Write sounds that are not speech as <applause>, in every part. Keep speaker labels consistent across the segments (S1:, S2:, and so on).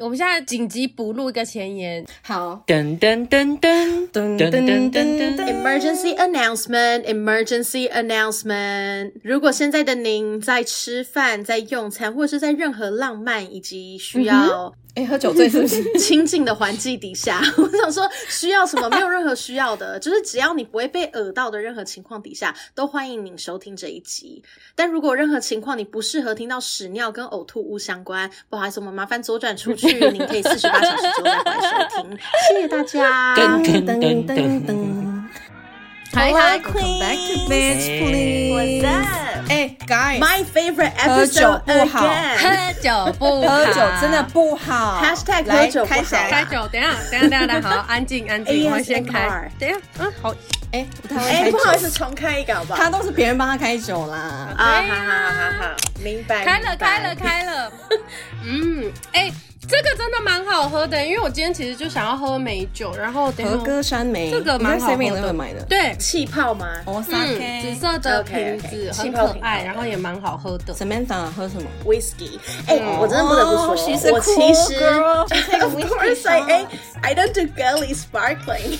S1: 我们现在紧急补录一个前言，
S2: 好
S3: 噔噔噔噔噔
S1: 噔
S3: 噔噔噔噔，
S2: ，emergency announcement，emergency announcement。如果现在的您在吃饭、在用餐，或者是在任何浪漫以及需要
S4: 哎，喝酒醉是不是？
S2: 清静的环境底下， <laughs> 我想说需要什么？没有任何需要的， <laughs> 就是只要你不会被耳到的任何情况底下，都欢迎您收听这一集。但如果任何情况你不适合听到屎尿跟呕吐物相关，不好意思，我们麻烦左转出去，您可以四十八小时之后再回来收听。谢谢大家。
S3: 噔噔
S4: 噔
S3: 噔
S4: 噔
S3: 噔
S4: 噔
S3: 噔。
S1: 嗨嗨
S4: Welcome back to bitch, please.
S2: up?
S4: 哎，guys，
S2: My favorite
S4: 喝酒
S2: episode
S4: 不好
S2: again.
S1: 喝酒不
S4: 喝
S1: 好
S4: 酒真的不好。
S2: Hashtag
S4: 来
S2: 喝酒不好哎
S4: 开起来
S1: 开。酒，等一下等一下等一下等一下，好，安静安静，我哎先开
S2: ASMR。
S1: 等一下，嗯，好，
S4: 哎，不太会
S2: 哎、
S4: 开
S2: 不好意
S4: 酒，
S2: 思，重开一个好不好？
S4: 他都哎是别人帮他开酒啦。
S2: 啊，好好好好好，明白。
S1: 开了
S2: 明白
S1: 开了。开了，嗯，哎，这个真的蛮好喝的，因为我今天其实就想要喝美酒，然后
S2: 哦
S1: 等一下
S4: 和歌山梅，
S1: 这个
S4: 你在
S1: 蛮好
S4: Seven
S1: 喝的
S4: Eleven 买的。
S1: 对，
S2: 气泡吗？
S4: 哦，
S1: 嗯，紫
S4: Sake
S1: 色的瓶
S2: OK，OK，
S1: 子
S2: 气
S1: 很
S2: 泡
S1: 可
S2: 瓶
S1: 爱，
S2: 好
S1: 然后也蛮好喝的。
S4: Samantha 喝什么？
S2: Whisky，哎、我真的不得不说
S4: 哦，she's a
S2: 我
S4: cool
S2: 其实
S4: girl. She take
S2: of course I
S4: whisky
S2: I I don't do girly sparkling，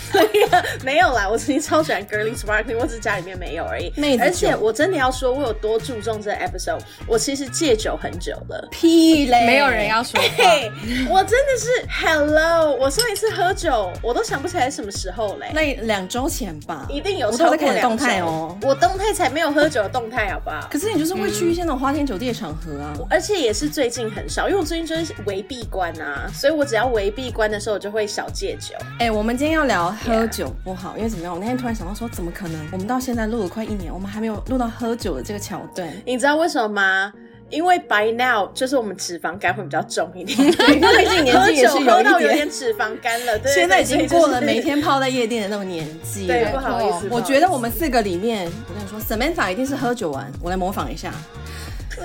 S2: 没 <laughs> 有啦，我曾经超喜欢 girly sparkling，我只是家里面没有而已
S4: 妹。子酒
S2: 而且我真的要说，我有多注重这 episode，我其实戒酒很久了。
S4: 屁嘞
S1: 没有人要说话，
S2: 嘿，我真的是 Hello，我上一次喝酒，我都想不起来什么时候嘞。
S4: 那两周前吧，
S2: 一定有
S4: 我
S2: 超
S4: 都在
S2: 过
S4: 看你的
S2: 两
S4: 动态
S2: 周
S4: 哦。
S2: 我动态才没有喝酒的动态，好不好？
S4: 可是你就是会去一些那种花天酒地的场合啊。
S2: 而且也是最近很少，因为我最近就是围闭关啊，所以我只要围闭关的时候，我就会小戒酒。
S4: 哎、我们今天要聊喝酒不好因为怎么样？我那天突然想到说，怎么可能？我们到现在录了快一年，我们还没有录到喝酒的这个桥段。
S2: 你知道为什么吗？因为 by now 就是我们脂肪肝会比较重一点，对
S4: 毕竟年纪也是有一
S2: 喝
S4: 点
S2: 酒喝到有点脂肪肝了，对，
S4: 现在已
S2: 对
S4: 经
S2: 对
S4: 过了
S2: 就是
S4: 每天泡在夜店的那种年纪
S2: 对，
S4: 了
S2: 不好意思，
S4: 我觉得我们四个里面，我跟你说，Samantha 一定是喝酒完。我来模仿一下。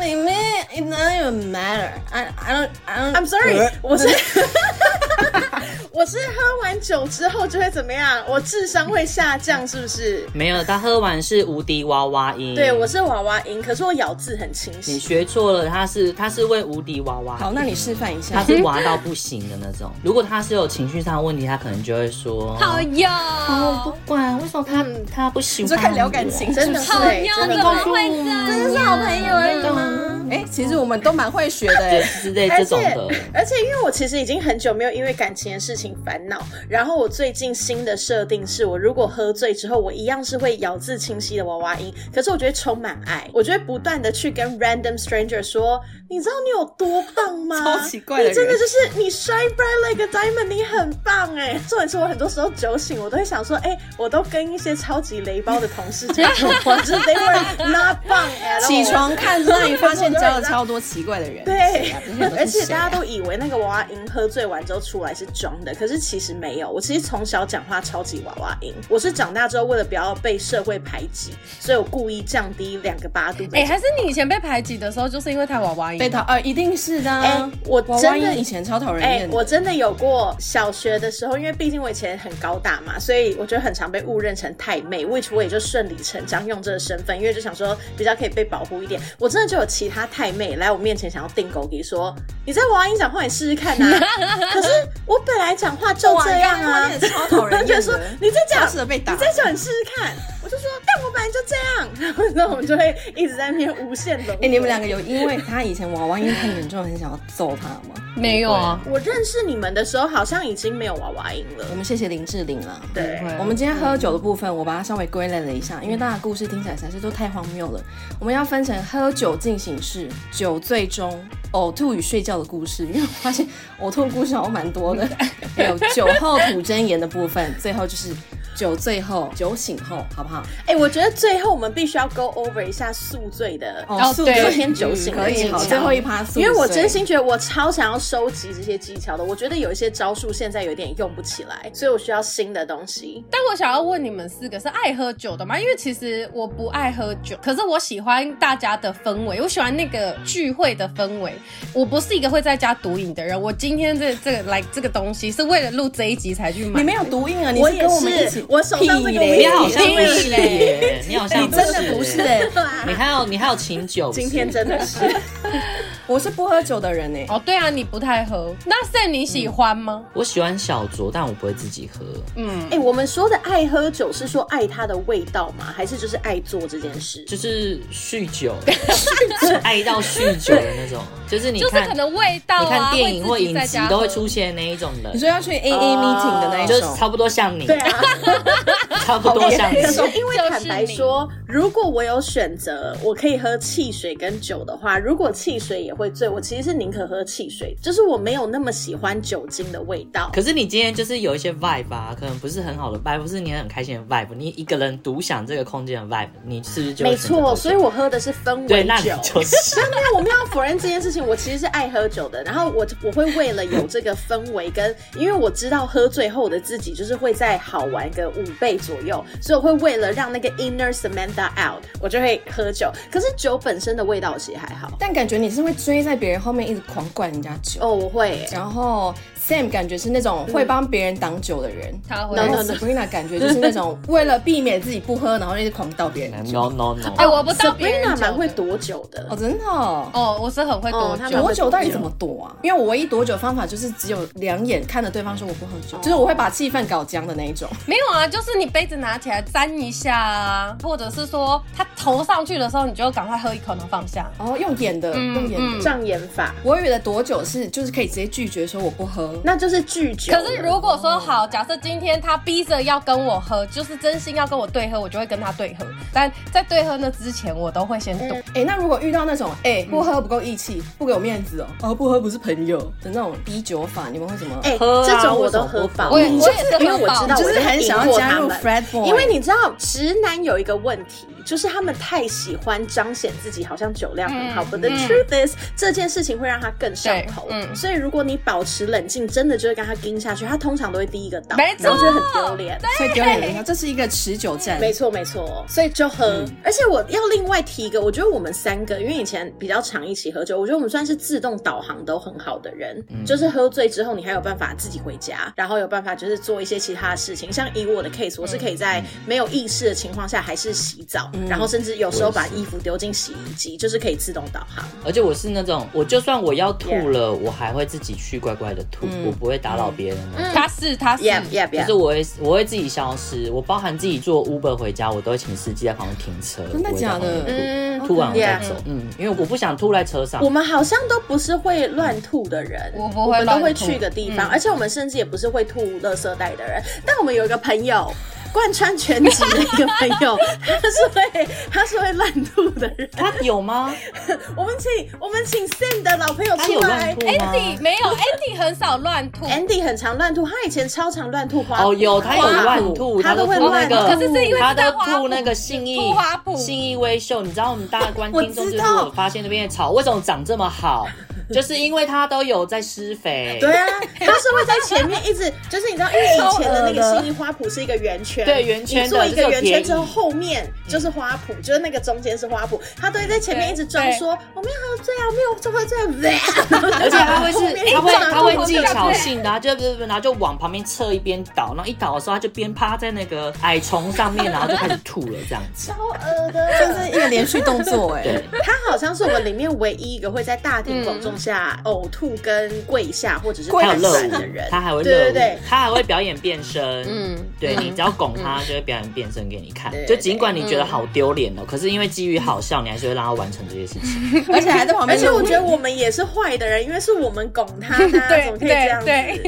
S4: 里面 it doesn't even matter. I I don't I don't.
S2: I'm sorry，我是我是喝完酒之后就会怎么样？我智商会下降，是不是？
S3: 没有，他喝完是无敌娃娃音。
S2: 对，我是娃娃音，可是我咬字很清
S3: 你
S2: 晰。
S3: 学错了，他是他是为无敌娃娃。
S4: 好，那你示范一下
S3: 他。是娃到不行的那种。如果他是有情绪上的问题，他可能就会说：“
S1: 好哟，
S3: 哦，我不管为什么他他不喜
S4: 嗯你
S3: 欢。”
S4: 就开始聊感情，
S2: 真的
S4: 是
S2: 是
S4: 不
S1: 好
S4: 是
S2: 对
S1: 哟，
S2: 真的
S1: 怎么会这样？真的是好朋友而已吗？
S4: 哎、其实我们都蛮会学的、
S3: 对
S4: <laughs> 哎。
S3: 之类这种的。
S2: 而且因为我其实已经很久没有因为感情的事情烦恼，然后我最近新的设定是我如果喝醉之后，我一样是会咬字清晰的娃娃音，可是我觉得充满爱，我觉得不断的去跟 random stranger 说，你知道你有多棒吗？
S4: 超奇怪的人
S2: 你真的就是你 shine bright like a diamond，你很棒哎、重点是我很多时候酒醒，我都会想说，哎、我都跟一些超级雷包的同事讲，
S3: <laughs>
S2: 我就是 they were not 棒 at all
S4: 起床看 <laughs> line，发现交了超多奇怪的人。
S2: 对，而
S4: 而
S2: 且
S4: 且
S2: 大
S4: 大家
S2: 家都啊以为那个娃娃音喝醉完之后出来是装的，可是其实没有。我其实从小讲话超级娃娃音，我是长大之后为了不要被社会排挤，所以我故意降低两个八度的。
S1: 哎、还是你以前被排挤的时候，就是因为太娃娃音
S4: 被讨呃，一定是的啊
S2: 哎。我
S4: 娃
S2: 真
S4: 娃
S2: 的
S4: 音以前超讨人
S2: 哎、
S4: 厌的，
S2: 我真的有过小学的时候，因为毕竟我以前很高大嘛，所以我觉得很常被误认成太妹，which 我也就顺理成章用这个身份，因为就想说比较可以被保护一点。我真的就有其他太妹来我面前想要定狗给说，你在娃娃音讲话，你试试看啊。 <laughs> 可是我本来讲话就这样啊，
S4: 哇你刚刚那个超讨 <laughs> 人厌的
S2: 就说你在讲
S4: 超适合被打
S2: 你在讲你试试看。我就说，但我本来就这样， <laughs> 然后那我们就会一直在那边无限轮
S4: 哎、
S2: 回
S4: 你们两个有因为他以前娃娃音太严重，很想要揍他吗？
S1: 没有啊？
S2: 我认识你们的时候，好像已经没有娃娃音了
S4: 我。们谢谢林志玲了。
S2: 对，
S4: 我们今天喝酒的部分，我把它稍微归类了一下，因为大家的故事听起来实在是都太荒谬了。我们要分成喝酒进行式、酒醉中、呕吐与睡觉的故事，因为我发现呕吐的故事好像蛮多的。还有酒后吐真言的部分，最后就是酒醉后、酒醒后，好不好？
S2: 哎、我觉得最后我们必须要 go over 一下宿醉的，
S1: 哦
S4: 宿
S1: 对
S4: 醉
S2: 昨天酒醒
S4: 嗯可
S2: 的技
S4: 以，
S2: 巧。
S4: 好，最后一趴宿醉，
S2: 因为我真心觉得我超想要收集这些技巧的，我觉得有一些招数现在有点用不起来，所以我需要新的东西。
S1: 但我想要问你们四个是爱喝酒的吗？因为其实我不爱喝酒，可是我喜欢大家的氛围，我喜欢那个聚会的氛围。我不是一个会在家毒瘾的人，我今天这这个来、这个东西是为了录这一集才去买。
S4: 你没有毒瘾啊，你
S2: 我
S4: 是
S2: 也
S4: 跟我们
S2: 是
S4: 一起，
S2: 我手上这个
S4: 屁
S2: 我
S4: 嘞
S3: 你
S2: 也
S3: 好像
S2: 你
S3: 不是耶，你好像
S4: 你真的不是
S3: 哎
S4: 哎、，
S3: 你还有你还有请酒，
S2: 今天真的是，
S4: 我是不喝酒的人呢、欸
S1: 哦，对啊，你不太喝。那 Sam 你喜欢吗？
S5: 我喜欢小酌，但我不会自己喝。
S1: 嗯，
S2: <laughs> 哎、我们说的爱喝酒是说爱它的味道吗？还是就是爱做这件事？
S5: 就是酗
S1: <laughs>
S5: 酒，爱到酗酒的那种，就是你
S1: 就是
S5: 看，
S1: 可能味道啊，
S5: 你看电影或
S1: 会自己
S5: 影
S1: 在
S5: 集
S1: 家
S5: 都会
S1: 喝
S5: 出现那一种
S4: 你
S5: 人，
S4: 说要去 AA meeting 的那一
S5: 就是
S4: 种，
S5: 差不多像你，
S2: 对啊， <laughs>
S5: 差不多像你。
S2: 可是因为
S1: 就是
S2: 坦白说，如果我有选择，我可以喝汽水跟酒的话，如果汽水也会醉，我其实是宁可喝汽水，就是我没有那么喜欢酒精的味道。
S5: 可是你今天就是有一些 vibe 啊，可能不是很好的 vibe，不是你很开心的 vibe，你一个人独享这个空间的 vibe，你是不是就会
S2: 没
S5: 选择
S2: 错，
S5: 喝酒
S2: 所以我喝的是氛围酒。
S5: 对，那你就是。
S2: 但没有，我没有否认这件事情。我其实是爱喝酒的，然后我我会为了有这个氛围跟，因为我知道喝醉后的自己就是会再好玩个五倍左右，所以我会为了让那个 inner Samantha out，我就会喝酒。可是酒本身的味道其实还好。
S4: 但感觉你是会追在别人后面一直狂灌人家酒。
S2: 哦，我会耶、
S4: 然后 Sam 感觉是那种会帮别人挡酒的人，
S1: 他会
S4: 然后
S2: No, no, no.
S4: Sabrina 感觉就是那种为了避免自己不喝，然后一直狂倒别人的酒。
S5: <laughs> No no no！
S1: 哎、我不到别人
S2: Sabrina 蛮
S1: 酒
S2: 会
S1: 的
S2: 躲酒的
S4: 哦，，真的哦。
S1: 哦，我是很会躲
S2: 哦他
S1: 酒。
S2: 蛮
S4: 躲
S2: 会
S4: 酒到底怎么躲啊？因为我唯一躲酒方法就是只有两眼看着对方说我不喝酒，就是我会把气氛搞僵的那一种。
S1: 没有啊，就是你杯子拿起来沾一下啊，或者是说他投上去的时候，你就赶快喝一口，然后放下。
S4: <laughs> 哦，用演的，用演
S1: 嗯
S4: 的。
S2: 障眼法，
S4: 我以为的躲酒是就是可以直接拒绝说我不喝，
S2: 那就是拒酒了。
S1: 可是如果说好，假设今天他逼着要跟我喝，就是真心要跟我对喝，我就会跟他对喝。但在对喝那之前，我都会先躲。
S4: 哎、那如果遇到那种哎、不喝不够义气，不给我面子哦，哦不喝不是朋友的那种逼酒法，你们会怎么？
S2: 哎、
S5: 喝啊
S2: 这种我都喝饱，
S1: 我也我也是
S2: 嗯因为
S1: 喝
S2: 我
S1: 饱
S2: 知道
S4: 就
S2: 我
S4: 是很想要
S2: 赢过
S4: 加
S2: 他
S4: 入
S2: 们
S4: Fred Boy，
S2: 因为你知道直男有一个问题，就是他们太喜欢彰显自己好像酒量很好。
S1: 嗯
S2: But the
S1: 嗯
S2: truth is，、这件事情会让他更上头。
S1: 对嗯
S2: 所以如果你保持冷静，真的就会跟他盯下去，他通常都会第一个倒，
S1: 没错
S2: 然后就会很丢脸。
S4: 所以丢脸人家，这是一个持久战。
S2: 没错，没错，所以就喝。而且我要另外提一个，我觉得我们三个，因为以前比较常一起喝酒，我觉得我们算是自动导航都很好的人。就是喝醉之后，你还有办法自己回家，然后有办法就是做一些其他的事情。像以我的 case，我是可以在没有意识的情况下，还是洗澡，然后甚至有时候把衣服丢进洗衣机，就是可以自动导航。
S5: 而且我是那种，我就算我要吐了我还会自己去乖乖的吐，
S1: 嗯
S5: 我不会打扰别人的。
S1: 他是他是
S2: Yeah, yeah,
S5: 就是
S2: yeah。
S5: 我会我会自己消失，我包含自己坐 Uber 回家，我都会请司机在旁边停车。
S4: 真的
S5: 我会在旁边
S4: 假的
S2: 嗯
S5: 吐，吐完我再
S2: Yeah
S5: 走。嗯，因为我不想吐在车上
S2: 我。们好像都不是会乱吐的人，
S1: 我不会
S2: 我们都会
S1: 乱吐嗯
S2: 去一个地方，而且我们甚至也不是会吐垃圾袋的人。但我们有一个朋友，贯穿全集的一个朋友，他是会他是会乱吐的人。
S5: 他有吗？
S2: 我们请我们请 Sam 的老朋友
S5: 他有
S2: 出
S5: 乱
S2: 来
S5: 吐吗？
S1: Andy 没有 Andy 很少乱吐。
S2: ，Andy 很常乱吐，他以前超常乱吐花。
S5: 哦，有，他有乱吐，
S2: 他
S5: 都
S2: 都
S5: 吐
S2: 会
S5: 那
S2: 乱
S5: 个，
S1: 可是是因为
S5: 他
S1: 是在
S5: 都
S1: 花圃
S5: 吐那个信义
S1: 吐花圃
S5: 信义微秀，你知道我们大观
S4: 我
S5: 听众
S4: 知
S5: 就是
S4: 道
S5: 我发现那边的草为什么长这么好，就是因为他都有在施
S2: <laughs>
S5: 肥。
S2: 对啊，他是会在前面一直，就是你知道，因为以前的那
S4: 超恶
S2: 个
S4: 的
S2: 信义花圃是一个圆圈，
S5: 对圆圈的
S2: 你做一
S5: 这
S2: 个
S5: 个
S2: 圆圈之后，
S5: 铁椅
S2: 后面就是花圃，就是那个中间是花圃，他都会在前面一直装
S1: 对
S2: 说我没有喝醉啊，我没有喝醉啊，
S5: <laughs> 而且他会
S2: <laughs> 后
S5: 是
S2: 面，
S5: 他会
S2: 一直
S5: 他会
S2: 吐
S5: 技巧性的啊，就不不不，然后就往旁边侧一边倒，然后一倒的时候他就边趴在那个矮丛上面，然后就开始吐了这样
S2: <laughs>
S5: 子。
S2: 超恶
S4: 这
S2: 的。
S4: 是一个连续动作 <laughs> 哎、
S5: 对，
S2: 他好像是我们里面唯一一个会在大庭广众下呕吐跟跪下或者是
S5: 还有
S2: 瘫
S5: 热
S2: 软
S5: 舞
S2: 的人，，
S5: 嗯他还会热
S2: 对对
S5: 舞
S2: 对，，
S5: 他还会表演变身。嗯
S1: 嗯，
S5: 对你只要拱他，就会表演变身给你看
S2: 对。
S5: 就尽管你觉得好丢脸哦，可是因为基于好笑，你还是会让他完成这些事情。
S4: 而且还在旁
S2: 而
S4: 边录
S2: 且
S4: 影。
S2: 我觉得我们也是坏的人，因为是我们拱他
S5: <laughs>
S2: 的啊，
S1: 对
S2: 怎么可以这样子？
S1: 对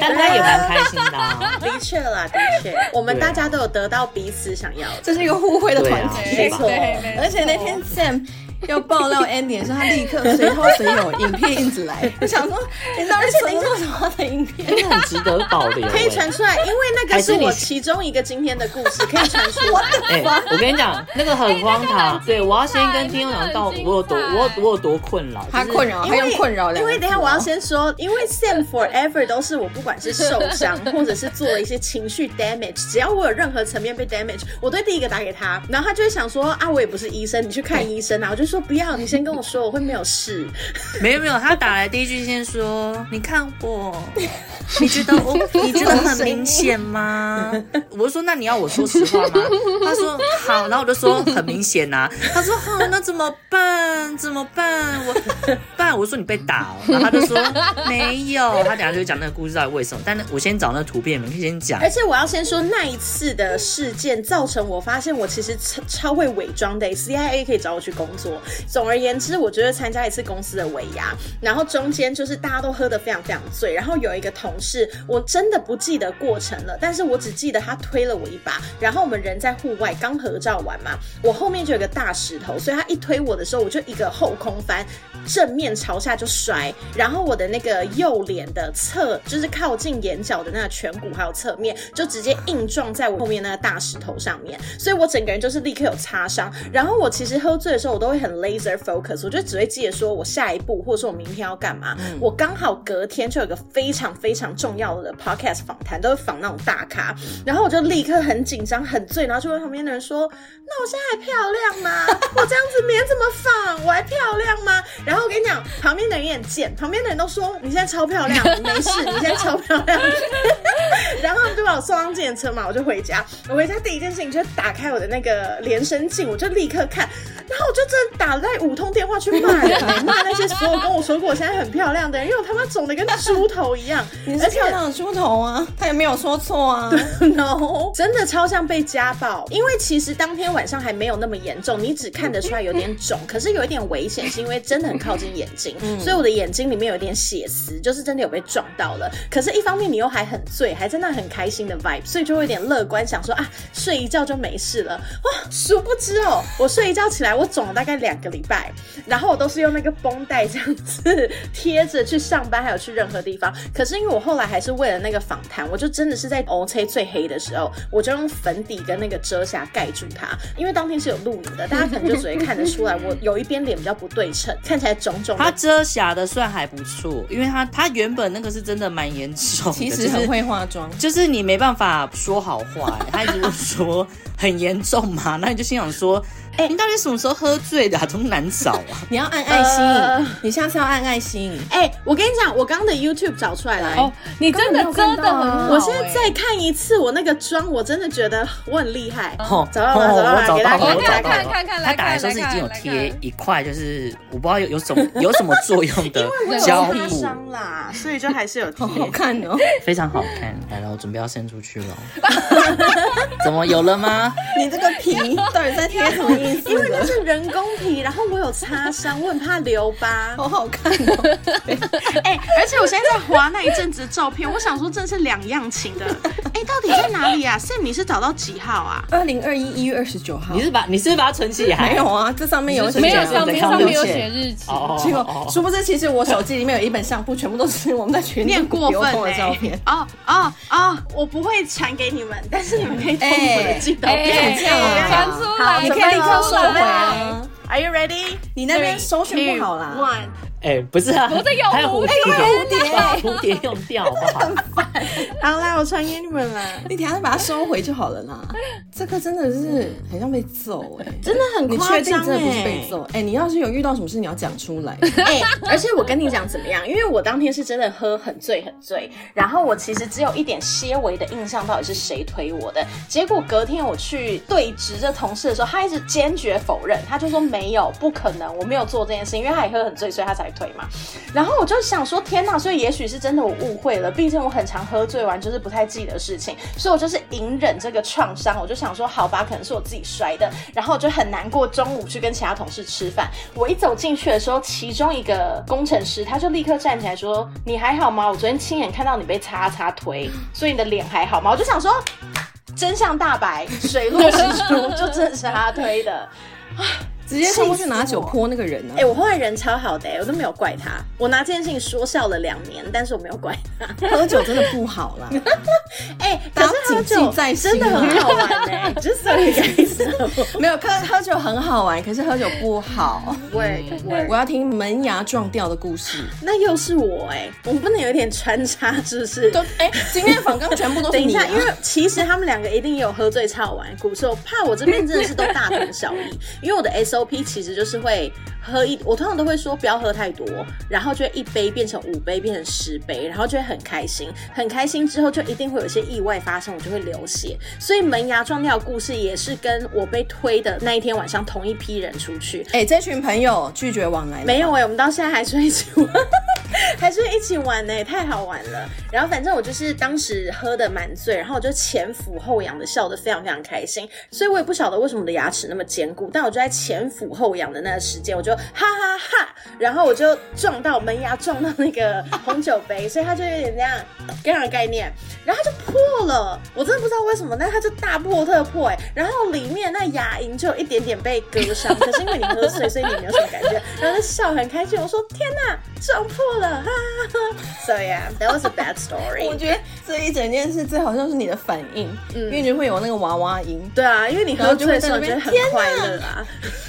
S5: 但他也蛮开心的啊。
S2: <laughs> 的确啦，的确，我们大家都有得到彼此想要的。
S4: 这是一个互惠的
S5: 对
S4: 团
S5: 啊
S4: 体。
S1: 对
S2: 没错
S1: 对，没错
S4: 而且那天 Sam 要爆料 Andy 的时候，他立刻随偷随有影片一直来， <laughs> 我想说你到底存了什么的影片？
S5: 真的很值得保留欸。
S2: 可以传出来，因为那个
S5: 还
S2: 是
S5: 是你
S2: 我其中一个今天的故事，可以传
S4: <laughs>
S2: 出来。
S5: 哎、我跟你讲，那个很荒唐。对，我要先跟听众讲到我
S1: 那个很精彩
S5: 有多我有我有多困扰，
S4: 他
S5: 就是
S4: 困扰，
S2: 因
S4: 他
S2: 为
S4: 用困扰两个
S2: 因
S4: 字哦
S2: 为等一下我要先说，因为 Sam forever 都是我不管是受伤或者是做了一些情绪 damage，只要我有任何层面被 damage，我都会第一个打给他，然后他就会想说啊，我也不是医生，你去看医生啊，我就说不要，你先跟我说，我会没有事。
S3: <laughs>
S5: 没有没有，他打来第一句先说，你看我，
S3: 你觉得我，你觉得很明显吗？ <laughs> 我就说那你要我说实话吗？他说好，然后我就说很明显呐、他说好，那怎么办？怎么办？我办，我说你被打、哦，然后他就说没有，他等下就会讲那个故事到底为什么。但是我先找那个图片，你们可以先讲
S4: 哎
S2: 而。且我要先说，那一次的事件造成我发现我其实超超会伪装的、CIA 可以找我去工作。总而言之，我就是参加一次公司的尾牙，然后中间就是大家都喝得非常非常醉，然后有一个同事，我真的不记得过程了，但是我只记得他推了我一把，然后我们人在户外刚合照完嘛，我后面就有个大石头，所以他一推我的时候，我就一个后空翻，正面朝下就摔，然后我的那个右脸的侧，就是靠近眼角的那个颧骨还有侧面，就直接硬撞在我后面那个大石头上面，所以我整个人就是立刻有擦伤。然后我其实喝醉的时候，我都会很 laser focus，我就只会记得说我下一步或者说我明天要干嘛。我刚好隔天就有一个非常非常重要的 podcast 访谈，都是访那种大咖，然后我就立刻很紧张很醉，然后就问旁边的人说：“那我现在还漂亮吗？ <laughs> 我这样子脸怎么仿？我还漂亮吗？”然后我跟你讲，旁边的人也很贱，旁边的人都说：“你现在超漂亮，你没事，你现在超漂亮。” <laughs> 然后他们就把我送上自行车嘛，我就回家。我回家第一件事情就是打开我的那个连身镜，我就立刻看，然后我就真的打在五通电话去骂人，骂那些所有跟我说过我现在很漂亮的人，因为我他妈肿的跟猪头一样，
S4: <laughs> 你
S2: 而
S4: 是
S2: 且
S4: 漂亮的猪头啊，他也没有说错 <laughs> 啊。对，
S2: <laughs> no，真的超像被家暴，因为其实当天晚上还没有那么严重，你只看得出来有点肿，可是有一点危险，是因为真的很靠近眼睛，所以我的眼睛里面有一点血丝，就是真的有被撞到了。可是，一方面你又还很醉，还在那很开心的 vibe，所以就会有点乐观，想说啊，睡一觉就没事了。哇，殊不知哦，我睡一觉起来，我肿了大概两个礼拜，然后我都是用那个绷带这样子贴着去上班，还有去任何地方。可是因为我后来还是为了那个访谈，我就真的是在 O K 最黑的时候，我就用粉底跟那个遮瑕盖住它，因为当天是有录影的，大家可能就只会看得出来，我有一边脸比较不对称，看起来肿肿
S3: 他 <laughs>
S2: 的。
S3: 遮瑕的算还不错，因为他他原本那个是真的蛮严重的，
S4: 其
S3: 就
S4: 实
S3: 是
S4: 很会化妆。
S3: 就是你没办法说好话、欸，他一直问说很严重嘛， <laughs> 那你就心想说，哎、你到底什么时候喝醉的、啊？这么难找
S1: <laughs>
S3: 啊？
S4: 你要按爱心，
S2: 呃
S4: 你下次要按爱心。
S2: 哎、我跟你讲，我刚刚的 YouTube 找出来了。
S1: 哦，你真的遮的很好、哎
S2: 我现在再看一次我那个妆，我真的觉得我很厉害。
S3: 哦，
S2: 找到了找到了
S3: 我找
S2: 给
S3: 到
S2: 大家
S3: 了，我
S1: 看
S3: 找到
S1: 看
S3: 了。
S1: 看看
S3: 他
S1: 来
S3: 打的
S1: 看
S3: 时候
S1: 来
S3: 是已经有
S1: 看来
S3: 贴
S1: 看，
S3: 一块，就是我不知道有有什么有什么作用
S1: <laughs>
S3: 的
S1: 有
S3: 胶
S1: 小
S2: 擦
S3: 布，
S2: 伤啦，所以就还是有
S4: 好。
S2: 贴
S4: 好看哦！
S3: 非常好看。来了，我准备要伸出去了。 <laughs> 怎么有了吗？
S4: <laughs> 你这个皮到底在贴什么意思
S2: 因为那
S4: 呢？
S2: 是人工皮，然后我有擦伤，我很怕留疤。
S4: <laughs> 好好看 <laughs> 哦！
S2: 哎、而且我现在在划那一阵子的照片，我想说真是两样情的。哎、到底在哪里啊？Sam，你是找到几号啊？
S4: 二零二一一月二十九号
S3: 你，是把你是不是把它存起来？
S4: 没有啊？这上面有
S3: 你是
S1: 没有
S3: 这样
S1: 上
S3: 子
S1: 面
S3: 看
S1: 上
S3: 不
S1: 面有
S3: 见
S1: 写日期。
S3: 哦。哦
S4: 结
S3: 哦哦
S4: 果，殊不知，其实我手机里面有一本相簿，全部都是我们在群
S2: 有
S4: 里
S2: 点过
S4: 流
S2: 分、
S4: 通的
S2: 欸、
S4: 照片。
S2: 哦哦哦，我不会传给你们，但是你们可以通过的寄到。
S1: 哎
S2: 欸
S4: 这样啊
S1: 传出来，
S2: 好
S4: 你可
S2: 准备
S4: 以立刻收
S2: 收了
S4: 回来啊！
S2: Are you ready？
S4: 你那边搜寻不好
S2: Two,
S4: 啦，
S2: One，
S3: 哎、不是啊，
S1: 不是有
S3: 还有蝴
S1: 蝴
S3: 蝶，蝴蝶，把蝴蝶用掉好不好？
S2: 好啦，我传给你们啦。
S4: <laughs> 你等一下把它收回就好了啦。这个真的是很像被揍哎、
S2: 真的很
S4: 你
S2: 夸
S4: 确定
S2: 张
S4: 真的不是
S2: 哎
S4: 被！揍？哎、你要是有遇到什么事，你要讲出 <laughs> 来。
S2: <laughs> 哎、而且我跟你讲怎么样？因为我当天是真的喝很醉很醉，然后我其实只有一点些微的印象，到底是谁推我的。结果隔天我去对质这同事的时候，他一直坚决否认，他就说没有，不可能，我没有做这件事情，因为他也喝很醉，所以他才推嘛。然后我就想说，天呐，所以也许是真的我误会了，毕竟我很常喝醉完就是不太记得事情，所以我就是隐忍这个创伤，我就想说，好吧，可能是我自己摔的，然后我就很难过。中午去跟其他同事吃饭，我一走进去的时候，其中一个工程师他就立刻站起来说：“你还好吗？我昨天亲眼看到你被擦擦推，所以你的脸还好吗？”我就想说， <laughs> 真相大白，水落石出，就真的是他推的。
S4: 直接冲过去拿酒泼那个人呢、啊
S2: 哎、我后来人超好的、我都没有怪他。我拿这件事情说笑了两年，但是我没有怪他。
S4: 喝酒真的不好啦， <laughs>
S2: 哎、可
S4: 大家
S2: 是喝
S4: 谨
S2: 酒
S4: 记在心
S2: 真的很好玩 <laughs> 哎、就是这个意思。
S4: 没有喝喝酒很好玩，可是喝酒不好。
S2: 喂喂，
S4: 我要听门牙撞掉的故事。
S2: 那又是我哎、我们不能有点穿插，是不是
S4: 都？哎、今天的访纲全部都是
S2: 等
S4: <laughs>
S2: 一
S4: 你、啊。
S2: 下，因为其实他们两个一定也有喝醉超玩故事，我怕我这边真的是都大同小异。因为我的 SOP 其实就是会喝一，我通常都会说不要喝太多，然后就会一杯变成五杯，变成十杯，然后就会很开心，很开心之后就一定会有一些意外发生，我就会流血。所以门牙撞掉的故事也是跟我被推的那一天晚上同一批人出去，
S4: 哎、这群朋友拒绝往来了吗
S2: 没有哎、我们到现在还是会一起玩， <laughs> 还是一起玩呢、欸太好玩了。然后反正我就是当时喝的蛮醉，然后我就前俯后仰的笑得非常非常开心，所以我也不晓得为什么我的牙齿那么坚固，但我就在前俯后仰的那个时间，我就哈哈哈然后我就撞到门牙，撞到那个红酒杯，所以它就有点那样跟样的概念，然后它就破了，我真的不知道为什么，但它就大破特破哎、然后里面那牙龈就有一点点被割伤，可是因为你喝醉，所以你没有什么感觉，然后就笑很开心，我说天哪，撞破了，哈哈哈。So yeah, that was a bad
S4: <laughs> 我
S2: story.
S4: 觉得这一整件事最好像是你的反应，因为你会有那个娃娃音。
S2: 对啊，因为你
S4: 然
S2: 喝
S4: 后就
S2: 醉
S4: 会
S2: 的
S4: 在
S2: 时候
S4: 那
S2: 觉得
S4: 边
S2: 很快乐啊。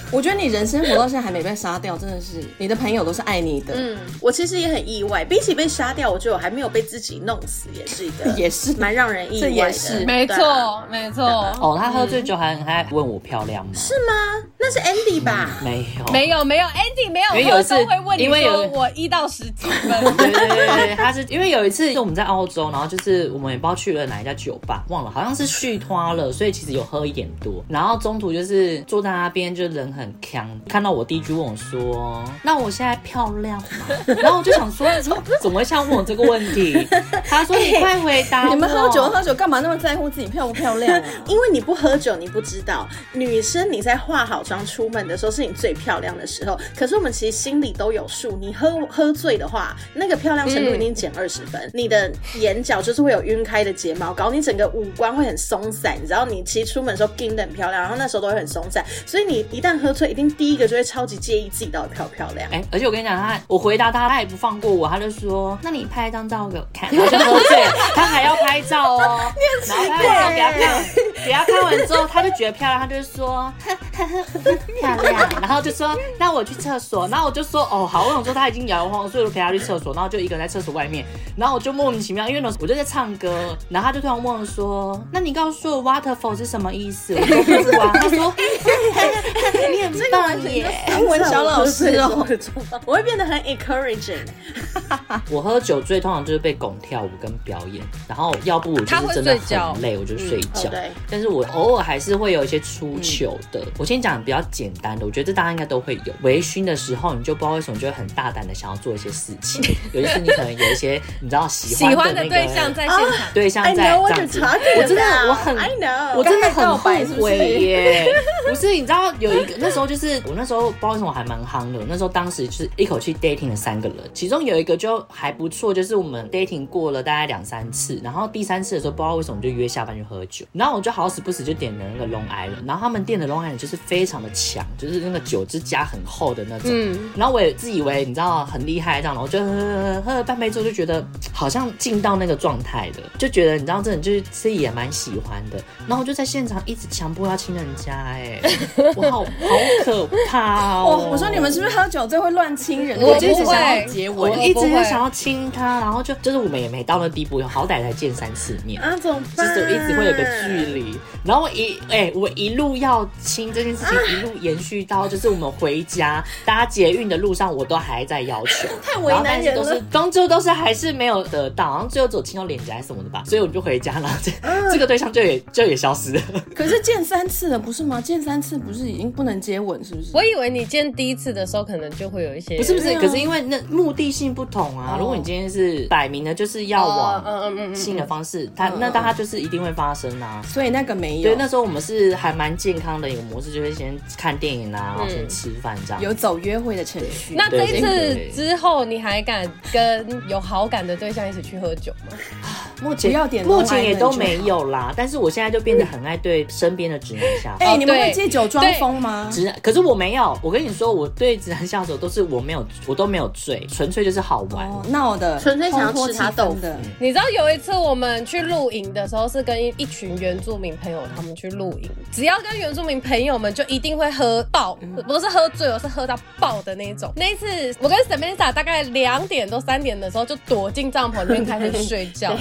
S4: 我觉得你人生活到现在还没被杀掉，真的是你的朋友都是爱你的，
S2: 嗯，我其实也很意外，比起被杀掉，我觉得我还没有被自己弄死，也是一个
S4: <laughs> 也是
S2: 蛮让人意
S4: 这
S2: 外
S4: 也
S2: 的。
S4: 是
S1: 没
S2: 对啊
S1: 错，没错。
S5: 哦，他喝醉酒还很还问我漂亮吗？
S2: 是吗？那是 Andy 吧？
S5: 没有，
S1: 没有没有，Andy 没
S5: 因
S1: 有
S5: 为有一
S1: 喝
S5: 次
S1: 都会问你
S5: 因为有
S1: 说我一到十几
S5: <laughs>
S1: 分，
S5: <laughs> 对对对对，他是因为有一次我们在澳洲，然后就是我们也不知道去了哪一家酒吧，忘了，好像是续花了，所以其实有喝一点多。然后中途就是坐在那边，就人很强，看到我第一句问我说：“那我现在漂亮吗？” <laughs> 然后我就想说，怎么怎么会像问我这个问题？他说：“你快回答我。”
S4: 你们喝酒喝酒干嘛那么在乎自己漂不漂亮
S2: <laughs>
S4: 啊？
S2: 因为你不喝酒，你不知道，女生你在化好妆出门的时候是你最漂亮的时候。可是我们其实心里都有数，你喝喝醉的话，那个漂亮程度一定减二
S5: <laughs>
S2: 十分。你的眼角就是会有晕开的睫毛膏，你整个五官会很松散。你知道，你其实出门的时候盯得很漂亮，然后那时候都会很松散。所以你一旦喝醉，一定第一个就会超级介意自己到底漂不漂
S5: <laughs>
S2: 亮。
S5: 哎、而且我跟你讲，他我回答他，他也不放过我，他就说：“那你拍一张照给我 <laughs> 看。”我就喝醉了，他还要拍照哦。然后拍完照给他看，给他看完之后，他就觉得漂亮，他就 <laughs> 说：“漂亮。”然后就说：“那我去厕所。”然后我就说：“哦，好。”我想说他已经摇摇晃，晃，所以我就陪他去厕所，然后就一个人在厕所外面，然后我就莫名其妙，因为那时候我就在唱歌，然后他就突然问我说：“那你告诉我 waterfall 是什么意思？”我说：“不知道。”他 <laughs> 说：“你很棒耶。”
S4: 英文哎小老师哦，
S2: 我会变得很 encouraging。
S5: <laughs> 我喝酒醉通常就是被拱跳舞跟表演，然后要不我就是真的很累，我就睡觉。
S2: 嗯哦对
S5: 但是我偶尔还是会有一些出糗的。呃我先讲比较简单的，我觉得这大家应该都会有。微醺的时候，你就不知道为什么就会很大胆的想要做一些事情，尤其是你可能有一些你知道喜
S1: 喜
S5: 欢
S1: 欢的
S5: 的那个啊
S1: 对象在现哎场。
S5: 对象
S2: I
S5: 在
S2: know
S5: 这
S2: what
S5: 样
S2: you're
S5: 子
S2: talking about。
S5: 我真的我很
S2: I know。
S5: 我真的很后
S4: 白是不是
S5: 悔
S4: <laughs>
S5: 耶！不是，你知道有一个那时候就是我那时候不知道为什么我还蛮夯的，我那时候当时就是一口气 dating 了三个人，其中有一个就还不错，就是我们 dating 过了大概两三次，然后第三次的时候不知道为什么就约下班去喝酒，然后我就好死不死就点了那个 Long Island，然后他们店的 Long Island 就是非常的强，就是那个酒之加很厚的那种，
S4: 嗯
S5: 然后我也自以为你知道很厉害这样，然后我就喝喝喝喝了半杯之后就觉得好像进到那个状态了，就觉得你知道这人就是自己也蛮喜欢的，然后我就在现场一直强迫要亲人
S4: <laughs>
S5: 家、哎，我好好可怕
S4: 我
S5: 哦！
S4: 我说你们是不是喝酒最会乱亲人？
S1: 我
S4: 就一直
S1: 不
S4: 想要
S1: 会
S4: 接
S5: 我
S4: 吻，
S5: 一直
S1: 我不
S5: 就
S1: 会
S5: 想要亲他，然后就就是我们也没到那地步，好歹才见三次面。
S2: 啊，怎么
S5: 就
S2: 办？
S5: 是一直会有个距离，然后我一哎、我一路要亲这件事
S1: 啊
S5: 情，一路延续到就是我们回家搭捷运的路上，我都还在要
S1: <laughs>
S5: 求，
S4: 太
S5: 然后但是都是。终究都是还是没有得到，好像最后只有亲到脸颊还是什么的吧，所以我就回家了，这、
S1: 嗯
S5: 这个对象就也就也消
S1: <laughs>
S5: 失了。
S4: 可是见三次了，不是吗？见三次不是已经不能接吻，是不是？
S1: 我以为你见第一次的时候，可能就会有一些
S5: 不是不是，
S4: 对啊
S5: 可是因为那目的性不同啊。如果你今天是摆明的，就是要
S1: 哦嗯
S5: 往
S1: 嗯嗯嗯嗯
S5: 性的方式，它那当它就是一定会发生啊。
S4: 所以那个没有
S5: 对，，那时候我们是还蛮健康的一个模式，就是先看电影啊，然后先吃饭这样。
S4: 有走约会的程序。
S1: 那这一
S5: 对
S1: 次
S5: 对
S1: 之后，你还敢跟有好感的对象一起去喝酒吗？
S5: 目前
S4: 不要点
S5: 目
S4: Long
S5: 前
S4: Island
S5: 也都没有啦。但是我现在就变得很爱对身边的直男下手。
S4: 哎、
S1: 哦
S4: 你们会
S1: 对
S4: 借酒装
S1: 对
S4: 疯吗？
S5: 直男，可是我没有。我跟你说，我对直男下手都是我没有，我都没有醉，纯粹就是好玩。
S4: 哦，闹的，
S2: 纯粹想要
S4: 烘托
S2: 吃他
S4: 气氛
S2: 豆腐
S4: 的。
S1: 你知道有一次我们去露营的时候，是跟一一群原住民民朋友他们去露营，只要跟原住民朋友们就一定会喝爆，不是喝醉，我哦是喝到爆的那一种。那一次我跟 Samantha 大概两点多三点的时候就躲进帐篷里面开始睡觉，